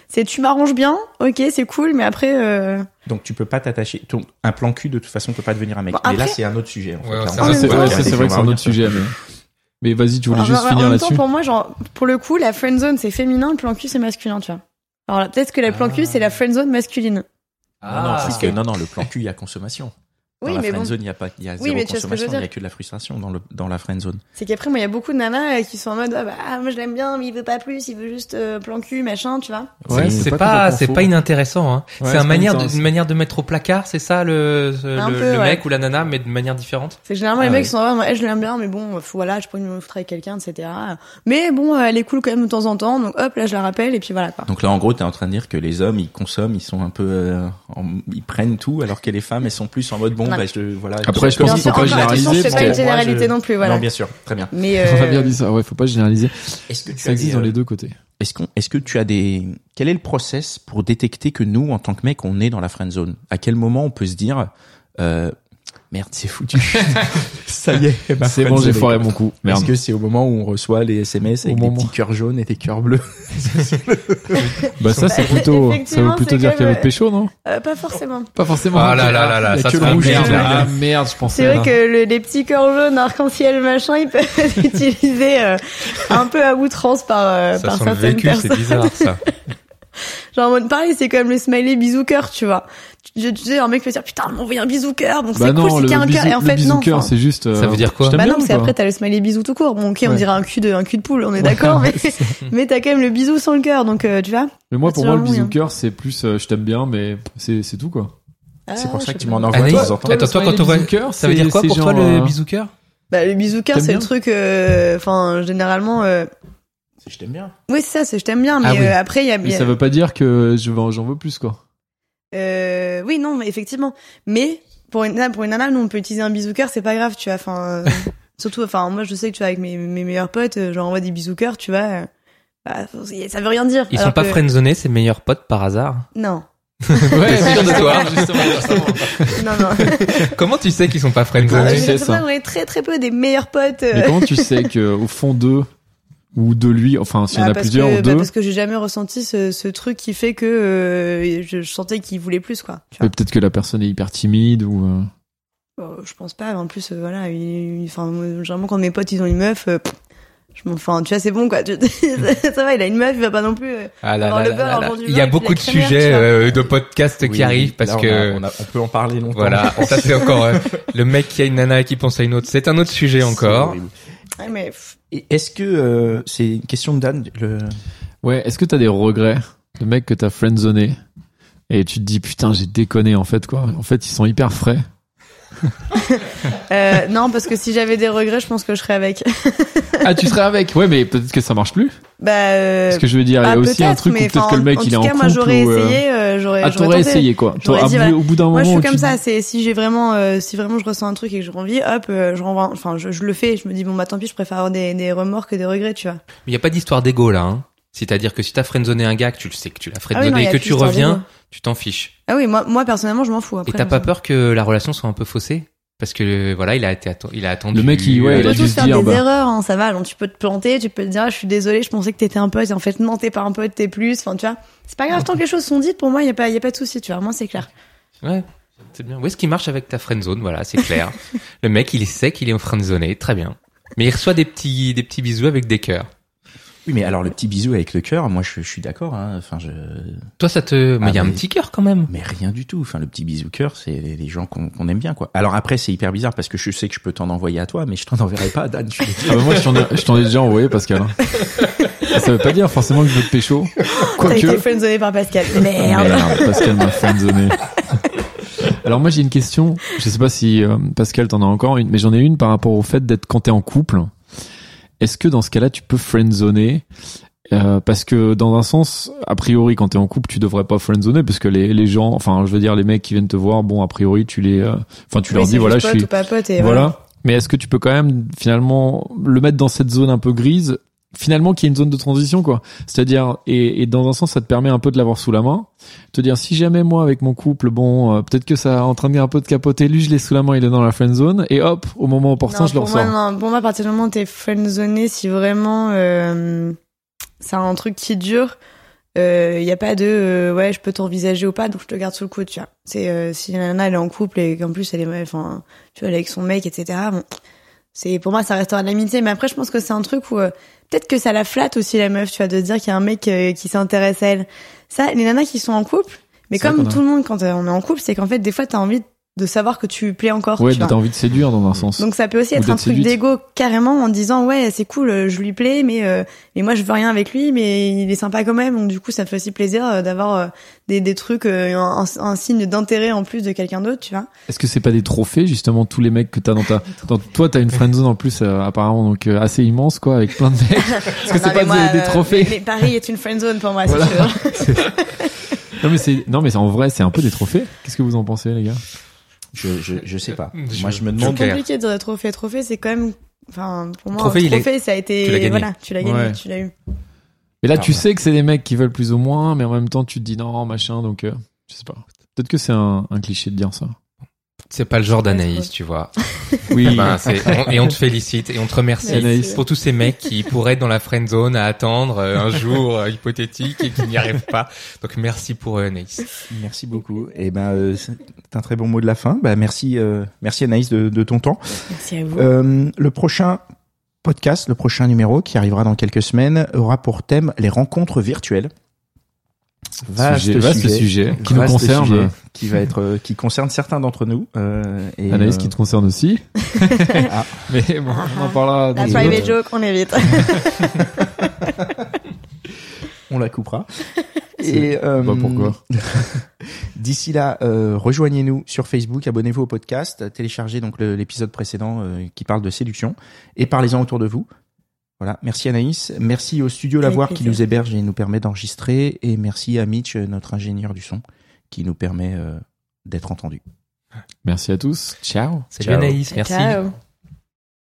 Speaker 3: c'est tu m'arranges bien, ok, c'est cool, mais après. euh,
Speaker 2: Donc tu peux pas t'attacher. Ton- Un plan cul de toute façon peut pas devenir un mec.
Speaker 3: Bon,
Speaker 2: Mais là
Speaker 3: après-
Speaker 2: c'est un autre sujet. en fait.
Speaker 5: Ouais,
Speaker 2: Là,
Speaker 5: ouais,
Speaker 2: on
Speaker 5: ça,
Speaker 2: va-
Speaker 4: Ça, c'est
Speaker 3: mais
Speaker 4: ouais,
Speaker 3: toi-
Speaker 4: ça, c'est vrai que c'est un autre sujet, mais, mais vas-y, tu voulais
Speaker 3: Alors,
Speaker 4: juste
Speaker 3: en-
Speaker 4: finir
Speaker 3: en même temps,
Speaker 4: là-dessus.
Speaker 3: pour moi, genre, pour le coup, la friend zone, c'est féminin, le plan cul, c'est masculin, tu vois. Alors, là, peut-être que la plan cul,
Speaker 5: Ah.
Speaker 3: c'est la friend zone masculine.
Speaker 2: Non, non,
Speaker 5: Ah.
Speaker 2: parce que- non, non, le plan cul, il y a consommation. Dans
Speaker 3: Oui,
Speaker 2: la
Speaker 3: mais
Speaker 2: friend
Speaker 3: bon.
Speaker 2: zone, il y a pas, il y a
Speaker 3: Oui,
Speaker 2: zéro
Speaker 3: mais tu vois ce que je
Speaker 2: consommation,
Speaker 3: veux
Speaker 2: il y a
Speaker 3: dire.
Speaker 2: que de la frustration dans le dans la friend zone.
Speaker 3: C'est qu'après, moi, il y a beaucoup de nanas euh, qui sont en mode, ah bah, ah, moi, je l'aime bien, mais il veut pas plus, il veut juste euh, plan cul, machin, tu vois.
Speaker 4: Ouais,
Speaker 5: c'est
Speaker 4: c'est pas
Speaker 5: pas,
Speaker 4: complètement
Speaker 5: c'est
Speaker 4: faux.
Speaker 5: pas inintéressant. Hein.
Speaker 4: Ouais,
Speaker 5: c'est
Speaker 4: c'est
Speaker 5: un
Speaker 4: pas
Speaker 5: manière, de-
Speaker 4: inintéressant.
Speaker 5: une manière de mettre au placard, c'est ça le, le,
Speaker 3: Un
Speaker 5: le
Speaker 3: peu, ouais.
Speaker 5: mec ou la nana, mais de manière différente.
Speaker 3: C'est que généralement, les
Speaker 2: Ah,
Speaker 3: mecs
Speaker 2: ouais.
Speaker 3: sont en mode, Eh, je l'aime bien, mais bon, euh, faut- voilà, je pourrais me foutre avec quelqu'un, etc. Mais bon, euh, elle est cool quand même de temps en temps, donc hop, là, je la rappelle, et puis voilà, quoi.
Speaker 2: Donc là, en gros, t'es en train de dire que les hommes, ils consomment, ils sont un peu, euh, en- ils prennent tout, alors que les femmes, elles sont plus en mode bon,
Speaker 3: Non.
Speaker 2: bah je, voilà.
Speaker 4: Après, je pense
Speaker 3: Bien
Speaker 4: qu'il
Speaker 3: sûr,
Speaker 4: faut pas
Speaker 3: encore, attention,
Speaker 4: généraliser,
Speaker 3: je fais
Speaker 4: parce
Speaker 3: pas une
Speaker 4: que-
Speaker 3: généralité non plus, voilà.
Speaker 2: Non, bien sûr, très bien.
Speaker 3: Mais,
Speaker 4: Très
Speaker 3: euh,
Speaker 4: bien dit ça, ouais, faut pas généraliser.
Speaker 2: Est-ce que tu
Speaker 4: Ça
Speaker 2: as
Speaker 4: existe
Speaker 2: des,
Speaker 4: dans les
Speaker 2: euh,
Speaker 4: deux côtés.
Speaker 2: Est-ce qu'on, est-ce que tu as des, quel est le process pour détecter que nous, en tant que mec, on est dans la friend zone À quel moment on peut se dire, euh, merde, c'est foutu. Ça y est, ma
Speaker 4: C'est
Speaker 2: friend
Speaker 4: bon, j'ai
Speaker 2: zone est-
Speaker 4: foiré mon coup.
Speaker 2: Est-ce
Speaker 4: Merde.
Speaker 2: que c'est au moment où on reçoit les SMS avec
Speaker 4: Au
Speaker 2: des
Speaker 4: moment.
Speaker 2: petits cœurs jaunes et des cœurs bleus
Speaker 4: Bah, ça, c'est
Speaker 3: Bah,
Speaker 4: plutôt, ça
Speaker 3: effectivement,
Speaker 4: veut plutôt
Speaker 3: c'est
Speaker 4: dire qu'il y avait
Speaker 3: comme-
Speaker 4: pécho, non?
Speaker 3: euh, pas forcément.
Speaker 4: Pas forcément.
Speaker 5: Ah là là là là,
Speaker 4: Il y a
Speaker 5: ça
Speaker 4: que
Speaker 5: sera
Speaker 4: le rouge.
Speaker 2: merde, là.
Speaker 4: Ah merde, je pensais.
Speaker 3: C'est vrai
Speaker 4: là.
Speaker 3: que le- les petits cœurs jaunes, arc-en-ciel, machin, ils peuvent être utilisés euh, un peu à outrance par, euh, par certaines personnes.
Speaker 5: bizarre ça.
Speaker 3: Genre en mode pareil, c'est comme le smiley bisou cœur, tu vois. Tu, tu- tu sais, un mec peut se dire putain, elle m'a envoyé un bisou cœur, donc
Speaker 4: Bah
Speaker 3: c'est cool,
Speaker 4: non,
Speaker 3: c'est
Speaker 4: le
Speaker 3: qu'il y a un
Speaker 4: bisou-
Speaker 3: cœur. Et en
Speaker 4: le
Speaker 3: fait,
Speaker 4: bisou
Speaker 3: non.
Speaker 4: cœur,
Speaker 3: enfin,
Speaker 4: c'est juste. euh,
Speaker 5: Ça veut dire quoi
Speaker 4: je t'aime
Speaker 3: bah
Speaker 4: bien
Speaker 3: non,
Speaker 4: ou
Speaker 3: parce
Speaker 4: pas
Speaker 3: qu'après t'as le smiley bisou tout court. Bon, ok, on
Speaker 4: Ouais.
Speaker 3: dirait un cul de un cul de poule, on est d'accord, mais mais t'as quand même le bisou sans le cœur, donc euh, tu vois.
Speaker 4: Mais moi,
Speaker 3: c'est
Speaker 4: pour moi, le
Speaker 3: vraiment
Speaker 4: bisou
Speaker 3: rien.
Speaker 4: cœur, c'est plus, euh, je t'aime bien, mais c'est, c'est tout, quoi.
Speaker 2: C'est
Speaker 3: Ah,
Speaker 2: pour ça que
Speaker 3: je sais
Speaker 2: tu
Speaker 3: pas.
Speaker 2: m'en envoies de
Speaker 5: Anaïs,
Speaker 2: temps en temps.
Speaker 4: toi,
Speaker 5: attends, toi,
Speaker 4: le
Speaker 5: quand on voit,
Speaker 4: smiley bisou-cœur,
Speaker 5: ça veut
Speaker 4: c'est-
Speaker 5: dire quoi
Speaker 4: c'est
Speaker 5: pour toi
Speaker 4: genre,
Speaker 5: le
Speaker 4: euh,
Speaker 5: bisou cœur
Speaker 3: Bah le bisou cœur,
Speaker 4: T'aimes
Speaker 3: c'est le
Speaker 4: bien
Speaker 3: truc. euh, Enfin, généralement, euh,
Speaker 2: C'est Je t'aime bien.
Speaker 3: Oui, c'est ça, c'est je t'aime bien, mais
Speaker 5: Ah oui.
Speaker 3: euh, après, il y a.
Speaker 4: Mais ça veut pas dire que je veux- j'en veux plus, quoi.
Speaker 3: Euh, oui, non, mais effectivement. Mais pour une, pour une nana, nous, on peut utiliser un bisou cœur, c'est pas grave, tu vois. Enfin, euh, surtout, enfin, moi, je sais que tu vois, avec mes, mes meilleurs potes, euh, je leur envoie des bisous cœur, tu vois. euh, bah, ça veut rien dire.
Speaker 5: Ils
Speaker 3: Alors
Speaker 5: sont pas
Speaker 3: que-
Speaker 5: friendzonés, c'est meilleurs potes par hasard.
Speaker 3: Non,
Speaker 5: Ouais, sûr de toi.
Speaker 3: non, non.
Speaker 5: Comment tu sais qu'ils sont pas
Speaker 4: Ouais,
Speaker 3: Euh,
Speaker 4: tu
Speaker 5: friendzonés
Speaker 4: sais
Speaker 3: je sais pas,
Speaker 4: ça.
Speaker 3: on est très très peu des meilleurs potes. euh,
Speaker 4: Mais comment tu sais que au fond d'eux ou de lui, enfin s'il y en
Speaker 3: bah,
Speaker 4: a
Speaker 3: parce
Speaker 4: plusieurs
Speaker 3: que,
Speaker 4: ou
Speaker 3: bah,
Speaker 4: deux,
Speaker 3: parce que j'ai jamais ressenti ce, ce truc qui fait que euh, je, je sentais qu'il voulait plus, quoi. Tu vois.
Speaker 4: mais peut-être que la personne est hyper timide ou. euh,
Speaker 3: Euh, je pense pas. En plus, euh, voilà, il- il- enfin, moi, généralement quand mes potes ils ont une meuf, euh, pff, je m'en, enfin, tu vois, c'est bon quoi. Tu- ça va, il a une meuf, il va pas non plus. euh,
Speaker 5: Ah là
Speaker 3: Avoir
Speaker 5: là
Speaker 3: le
Speaker 5: là
Speaker 3: beurre,
Speaker 5: là
Speaker 3: avoir
Speaker 5: là.
Speaker 3: du
Speaker 5: Il y
Speaker 3: beurre
Speaker 5: a
Speaker 3: et puis
Speaker 5: beaucoup
Speaker 3: la
Speaker 5: de
Speaker 3: crémière, tu
Speaker 5: sujets
Speaker 3: vois.
Speaker 5: euh, de podcasts qui
Speaker 2: Oui,
Speaker 5: arrivent
Speaker 2: là,
Speaker 5: parce
Speaker 2: on a-
Speaker 5: que
Speaker 2: on, a- on peut en parler longtemps.
Speaker 5: voilà, ça c'est encore euh, le mec qui a une nana et qui pense à une autre. C'est un autre sujet
Speaker 2: C'est
Speaker 5: encore.
Speaker 2: horrible.
Speaker 3: ouais, mais pff,
Speaker 2: Et Est-ce que euh, c'est une question de Dan le...
Speaker 4: Ouais, est-ce que t'as des regrets de mecs que t'as friendzoné et tu te dis putain j'ai déconné en fait quoi. En fait ils sont hyper frais.
Speaker 3: euh, non, parce que si j'avais des regrets, je pense que je serais avec.
Speaker 4: Ah tu serais avec. Ouais mais peut-être que ça marche plus.
Speaker 3: bah. euh,
Speaker 4: Parce que je veux dire il y a
Speaker 3: ah,
Speaker 4: aussi un
Speaker 3: peut-être,
Speaker 4: truc où
Speaker 3: mais
Speaker 4: peut-être que
Speaker 3: enfin,
Speaker 4: le mec
Speaker 3: en
Speaker 4: il est
Speaker 3: tout
Speaker 4: en
Speaker 3: cas,
Speaker 4: couple.
Speaker 3: moi j'aurais
Speaker 4: ou, euh,
Speaker 3: essayé, euh, j'aurais,
Speaker 4: Ah
Speaker 3: j'aurais
Speaker 4: t'aurais
Speaker 3: tenté.
Speaker 4: essayé quoi.
Speaker 3: J'aurais
Speaker 4: T'aurais-
Speaker 3: dit,
Speaker 4: au
Speaker 3: voilà.
Speaker 4: bout- Au bout d'un moment.
Speaker 3: Moi je suis
Speaker 4: Oh, tu
Speaker 3: comme
Speaker 4: te
Speaker 3: ça,
Speaker 4: dis-
Speaker 3: c'est si j'ai vraiment, euh, si vraiment je ressens un truc et que j'ai envie, hop, euh, je renvoie, enfin je, je le fais. Je me dis bon bah tant pis, je préfère avoir des, des remords que des regrets, tu vois.
Speaker 5: Il n'y a pas d'histoire d'ego là. hein. C'est-à-dire que si t'as friendzoné un gars, que tu le sais que tu l'as
Speaker 3: Ah oui, non,
Speaker 5: friendzoné
Speaker 3: y
Speaker 5: et
Speaker 3: a
Speaker 5: que
Speaker 3: plus
Speaker 5: tu
Speaker 3: d'histoire
Speaker 5: reviens,
Speaker 3: d'ego.
Speaker 5: tu t'en fiches.
Speaker 3: Ah oui, moi, moi personnellement je m'en fous. Après,
Speaker 5: et t'as
Speaker 3: je-
Speaker 5: pas peur que la relation soit un peu faussée parce que euh, voilà, il a été atten- il a attendu. euh,
Speaker 4: Le mec, il- ouais,
Speaker 3: On
Speaker 4: il a
Speaker 3: peut
Speaker 4: dû
Speaker 3: tous
Speaker 4: se
Speaker 3: faire
Speaker 4: dire,
Speaker 3: des
Speaker 4: bah.
Speaker 3: erreurs, hein, ça va. Alors, tu peux te planter, tu peux te dire, ah, je suis désolé, je pensais que t'étais un pote, et en fait, non, t'es pas un pote, t'es plus. Enfin, tu vois. C'est pas grave, tant que les choses sont dites, pour moi, y a pas, y a pas de souci, tu vois. Moi, c'est clair.
Speaker 5: Ouais, c'est bien. Où est-ce qu'il marche avec ta friendzone Voilà, c'est clair. le mec, il sait qu'il est friendzoné, très bien. Mais il reçoit des petits, des petits bisous avec des cœurs.
Speaker 2: Oui, mais alors le petit bisou avec le cœur, moi je, je suis d'accord. hein. Enfin, je...
Speaker 5: Toi, ça te... mais
Speaker 2: Ah,
Speaker 5: il y a un
Speaker 2: mais-
Speaker 5: petit cœur quand même.
Speaker 2: mais rien du tout. Enfin, le petit bisou cœur, c'est les les gens qu'on qu'on aime bien, quoi. Alors après, c'est hyper bizarre parce que je sais que je peux t'en envoyer à toi, mais je t'en enverrai pas, à Dan. Je suis désolé.
Speaker 4: Ah bah moi je t'en ai- je t'en ai déjà envoyé Pascal. hein. Ça veut pas dire forcément que je veux te pécho.
Speaker 3: T'as
Speaker 4: Quoique. Ah,
Speaker 3: été friendzonné par Pascal. Merde.
Speaker 4: Merde, Pascal m'a friendzonné. Alors moi j'ai une question, je sais pas si euh, Pascal t'en as encore une, mais j'en ai une par rapport au fait d'être quand t'es en couple. Est-ce que dans ce cas-là tu peux friendzoner Euh, Parce que dans un sens, a priori quand t'es en couple tu devrais pas friendzoner parce que les, les gens, enfin je veux dire les mecs qui viennent te voir, bon a priori tu les, euh, enfin tu leur
Speaker 3: Oui, c'est
Speaker 4: dis voilà
Speaker 3: juste
Speaker 4: je
Speaker 3: pote
Speaker 4: suis,
Speaker 3: ou pas pote, et
Speaker 4: voilà.
Speaker 3: voilà.
Speaker 4: Mais est-ce que tu peux quand même finalement le mettre dans cette zone un peu grise, finalement qui est une zone de transition quoi. C'est-à-dire et, et dans un sens ça te permet un peu de l'avoir sous la main, te dire si jamais moi avec mon couple bon euh, peut-être que ça est en train de un peu de capoter, lui je l'ai sous la main, il est dans la friend zone et hop au moment opportun
Speaker 3: Non,
Speaker 4: je le
Speaker 3: pour moi,
Speaker 4: ressors.
Speaker 3: non. Pour moi, à partir du moment où t'es friendzoné, si vraiment, euh, c'est un truc qui dure, euh, y a pas de, euh, ouais, je peux t'envisager ou pas, donc je te garde sous le coude, tu vois. C'est, euh, si la nana, elle est en couple et qu'en plus, elle est, enfin, tu vois, elle est avec son mec, etc., bon. C'est, pour moi, ça restera de l'amitié. Mais après, je pense que c'est un truc où, euh, peut-être que ça la flatte aussi, la meuf, tu vois, de dire qu'il y a un mec euh, qui s'intéresse à elle. Ça, les nanas qui sont en couple, mais
Speaker 4: C'est vrai
Speaker 3: comme
Speaker 4: qu'on a-
Speaker 3: tout le monde quand euh, on est en couple, c'est qu'en fait, des fois, t'as envie de savoir que tu plais encore.
Speaker 4: Ouais,
Speaker 3: tu
Speaker 4: mais
Speaker 3: vois.
Speaker 4: t'as envie de séduire dans un sens.
Speaker 3: Donc ça peut aussi
Speaker 4: Ou
Speaker 3: être un
Speaker 4: d'être
Speaker 3: truc
Speaker 4: séduite.
Speaker 3: d'ego carrément en disant ouais c'est cool euh, je lui plais mais euh, mais moi je veux rien avec lui mais il est sympa quand même donc du coup ça fait aussi plaisir euh, d'avoir euh, des des trucs euh, un, un- un signe d'intérêt en plus de quelqu'un d'autre tu vois
Speaker 4: Est-ce que c'est pas des trophées justement tous les mecs que t'as dans ta, dans toi t'as une friend zone en plus euh, apparemment donc euh, assez immense quoi avec plein de mecs. Est-ce que
Speaker 3: Non,
Speaker 4: c'est
Speaker 3: mais
Speaker 4: pas
Speaker 3: moi,
Speaker 4: des, des
Speaker 3: euh,
Speaker 4: trophées
Speaker 3: mais, mais Paris est une friendzone pour moi
Speaker 4: Voilà.
Speaker 3: c'est sûr
Speaker 4: Non mais c'est non mais c'est en vrai c'est un peu des trophées. Qu'est-ce que vous en pensez les gars
Speaker 2: Je, je, je sais pas.
Speaker 5: Je-
Speaker 2: Moi, je me
Speaker 3: c'est
Speaker 2: demande.
Speaker 5: Joker.
Speaker 3: compliqué de dire trophée trophée c'est quand même enfin pour moi
Speaker 5: Trophée,
Speaker 3: un
Speaker 5: il est-
Speaker 3: trophée ça a été
Speaker 5: tu l'as gagné.
Speaker 3: voilà tu l'as gagné
Speaker 4: Ouais.
Speaker 3: tu l'as eu
Speaker 4: Et là,
Speaker 5: Ah,
Speaker 4: tu
Speaker 5: ouais.
Speaker 4: sais que c'est des mecs qui veulent plus ou moins, mais en même temps, tu te dis non, machin, donc euh, je sais pas. Peut-être que c'est un, un cliché de dire ça.
Speaker 5: C'est pas le genre d'analyse, tu vois.
Speaker 4: Oui,
Speaker 5: Ben, c'est- on- et on te félicite et on te remercie
Speaker 4: Anaïs.
Speaker 5: pour tous ces mecs qui pourraient être dans la friend zone à attendre euh, un jour euh, hypothétique et qui n'y arrivent pas. Donc merci pour eux, Anaïs.
Speaker 2: Merci beaucoup. Et ben, euh, c'est un très bon mot de la fin. Ben, merci, euh, merci Anaïs de, de ton temps.
Speaker 3: merci à vous
Speaker 2: Euh, le prochain podcast, le prochain numéro qui arrivera dans quelques semaines aura pour thème les rencontres virtuelles.
Speaker 4: Sujet- vaste sujet qui nous
Speaker 2: Vaste
Speaker 4: concerne.
Speaker 2: sujet qui va être, euh, qui concerne certains d'entre nous. euh, et,
Speaker 4: Analyse
Speaker 2: euh,
Speaker 4: qui te concerne aussi.
Speaker 2: Ah.
Speaker 4: Mais bon, on en parlera dans
Speaker 3: la
Speaker 4: les
Speaker 3: private
Speaker 4: autres.
Speaker 3: joke on évite
Speaker 2: on la coupera.
Speaker 4: C'est-
Speaker 2: euh,
Speaker 4: pas pourquoi.
Speaker 2: D'ici là, euh, rejoignez-nous sur Facebook, abonnez-vous au podcast, téléchargez donc le- l'épisode précédent euh, qui parle de séduction et parlez-en autour de vous. Voilà, merci Anaïs, merci au studio
Speaker 3: Avec
Speaker 2: Lavoir qui
Speaker 3: plaisir.
Speaker 2: nous héberge et nous permet d'enregistrer, et merci à Mitch, euh, notre ingénieur du son, qui nous permet euh, d'être entendu.
Speaker 4: Merci à tous. Ciao.
Speaker 5: Salut
Speaker 2: Ciao.
Speaker 5: Anaïs, merci.
Speaker 3: Ciao.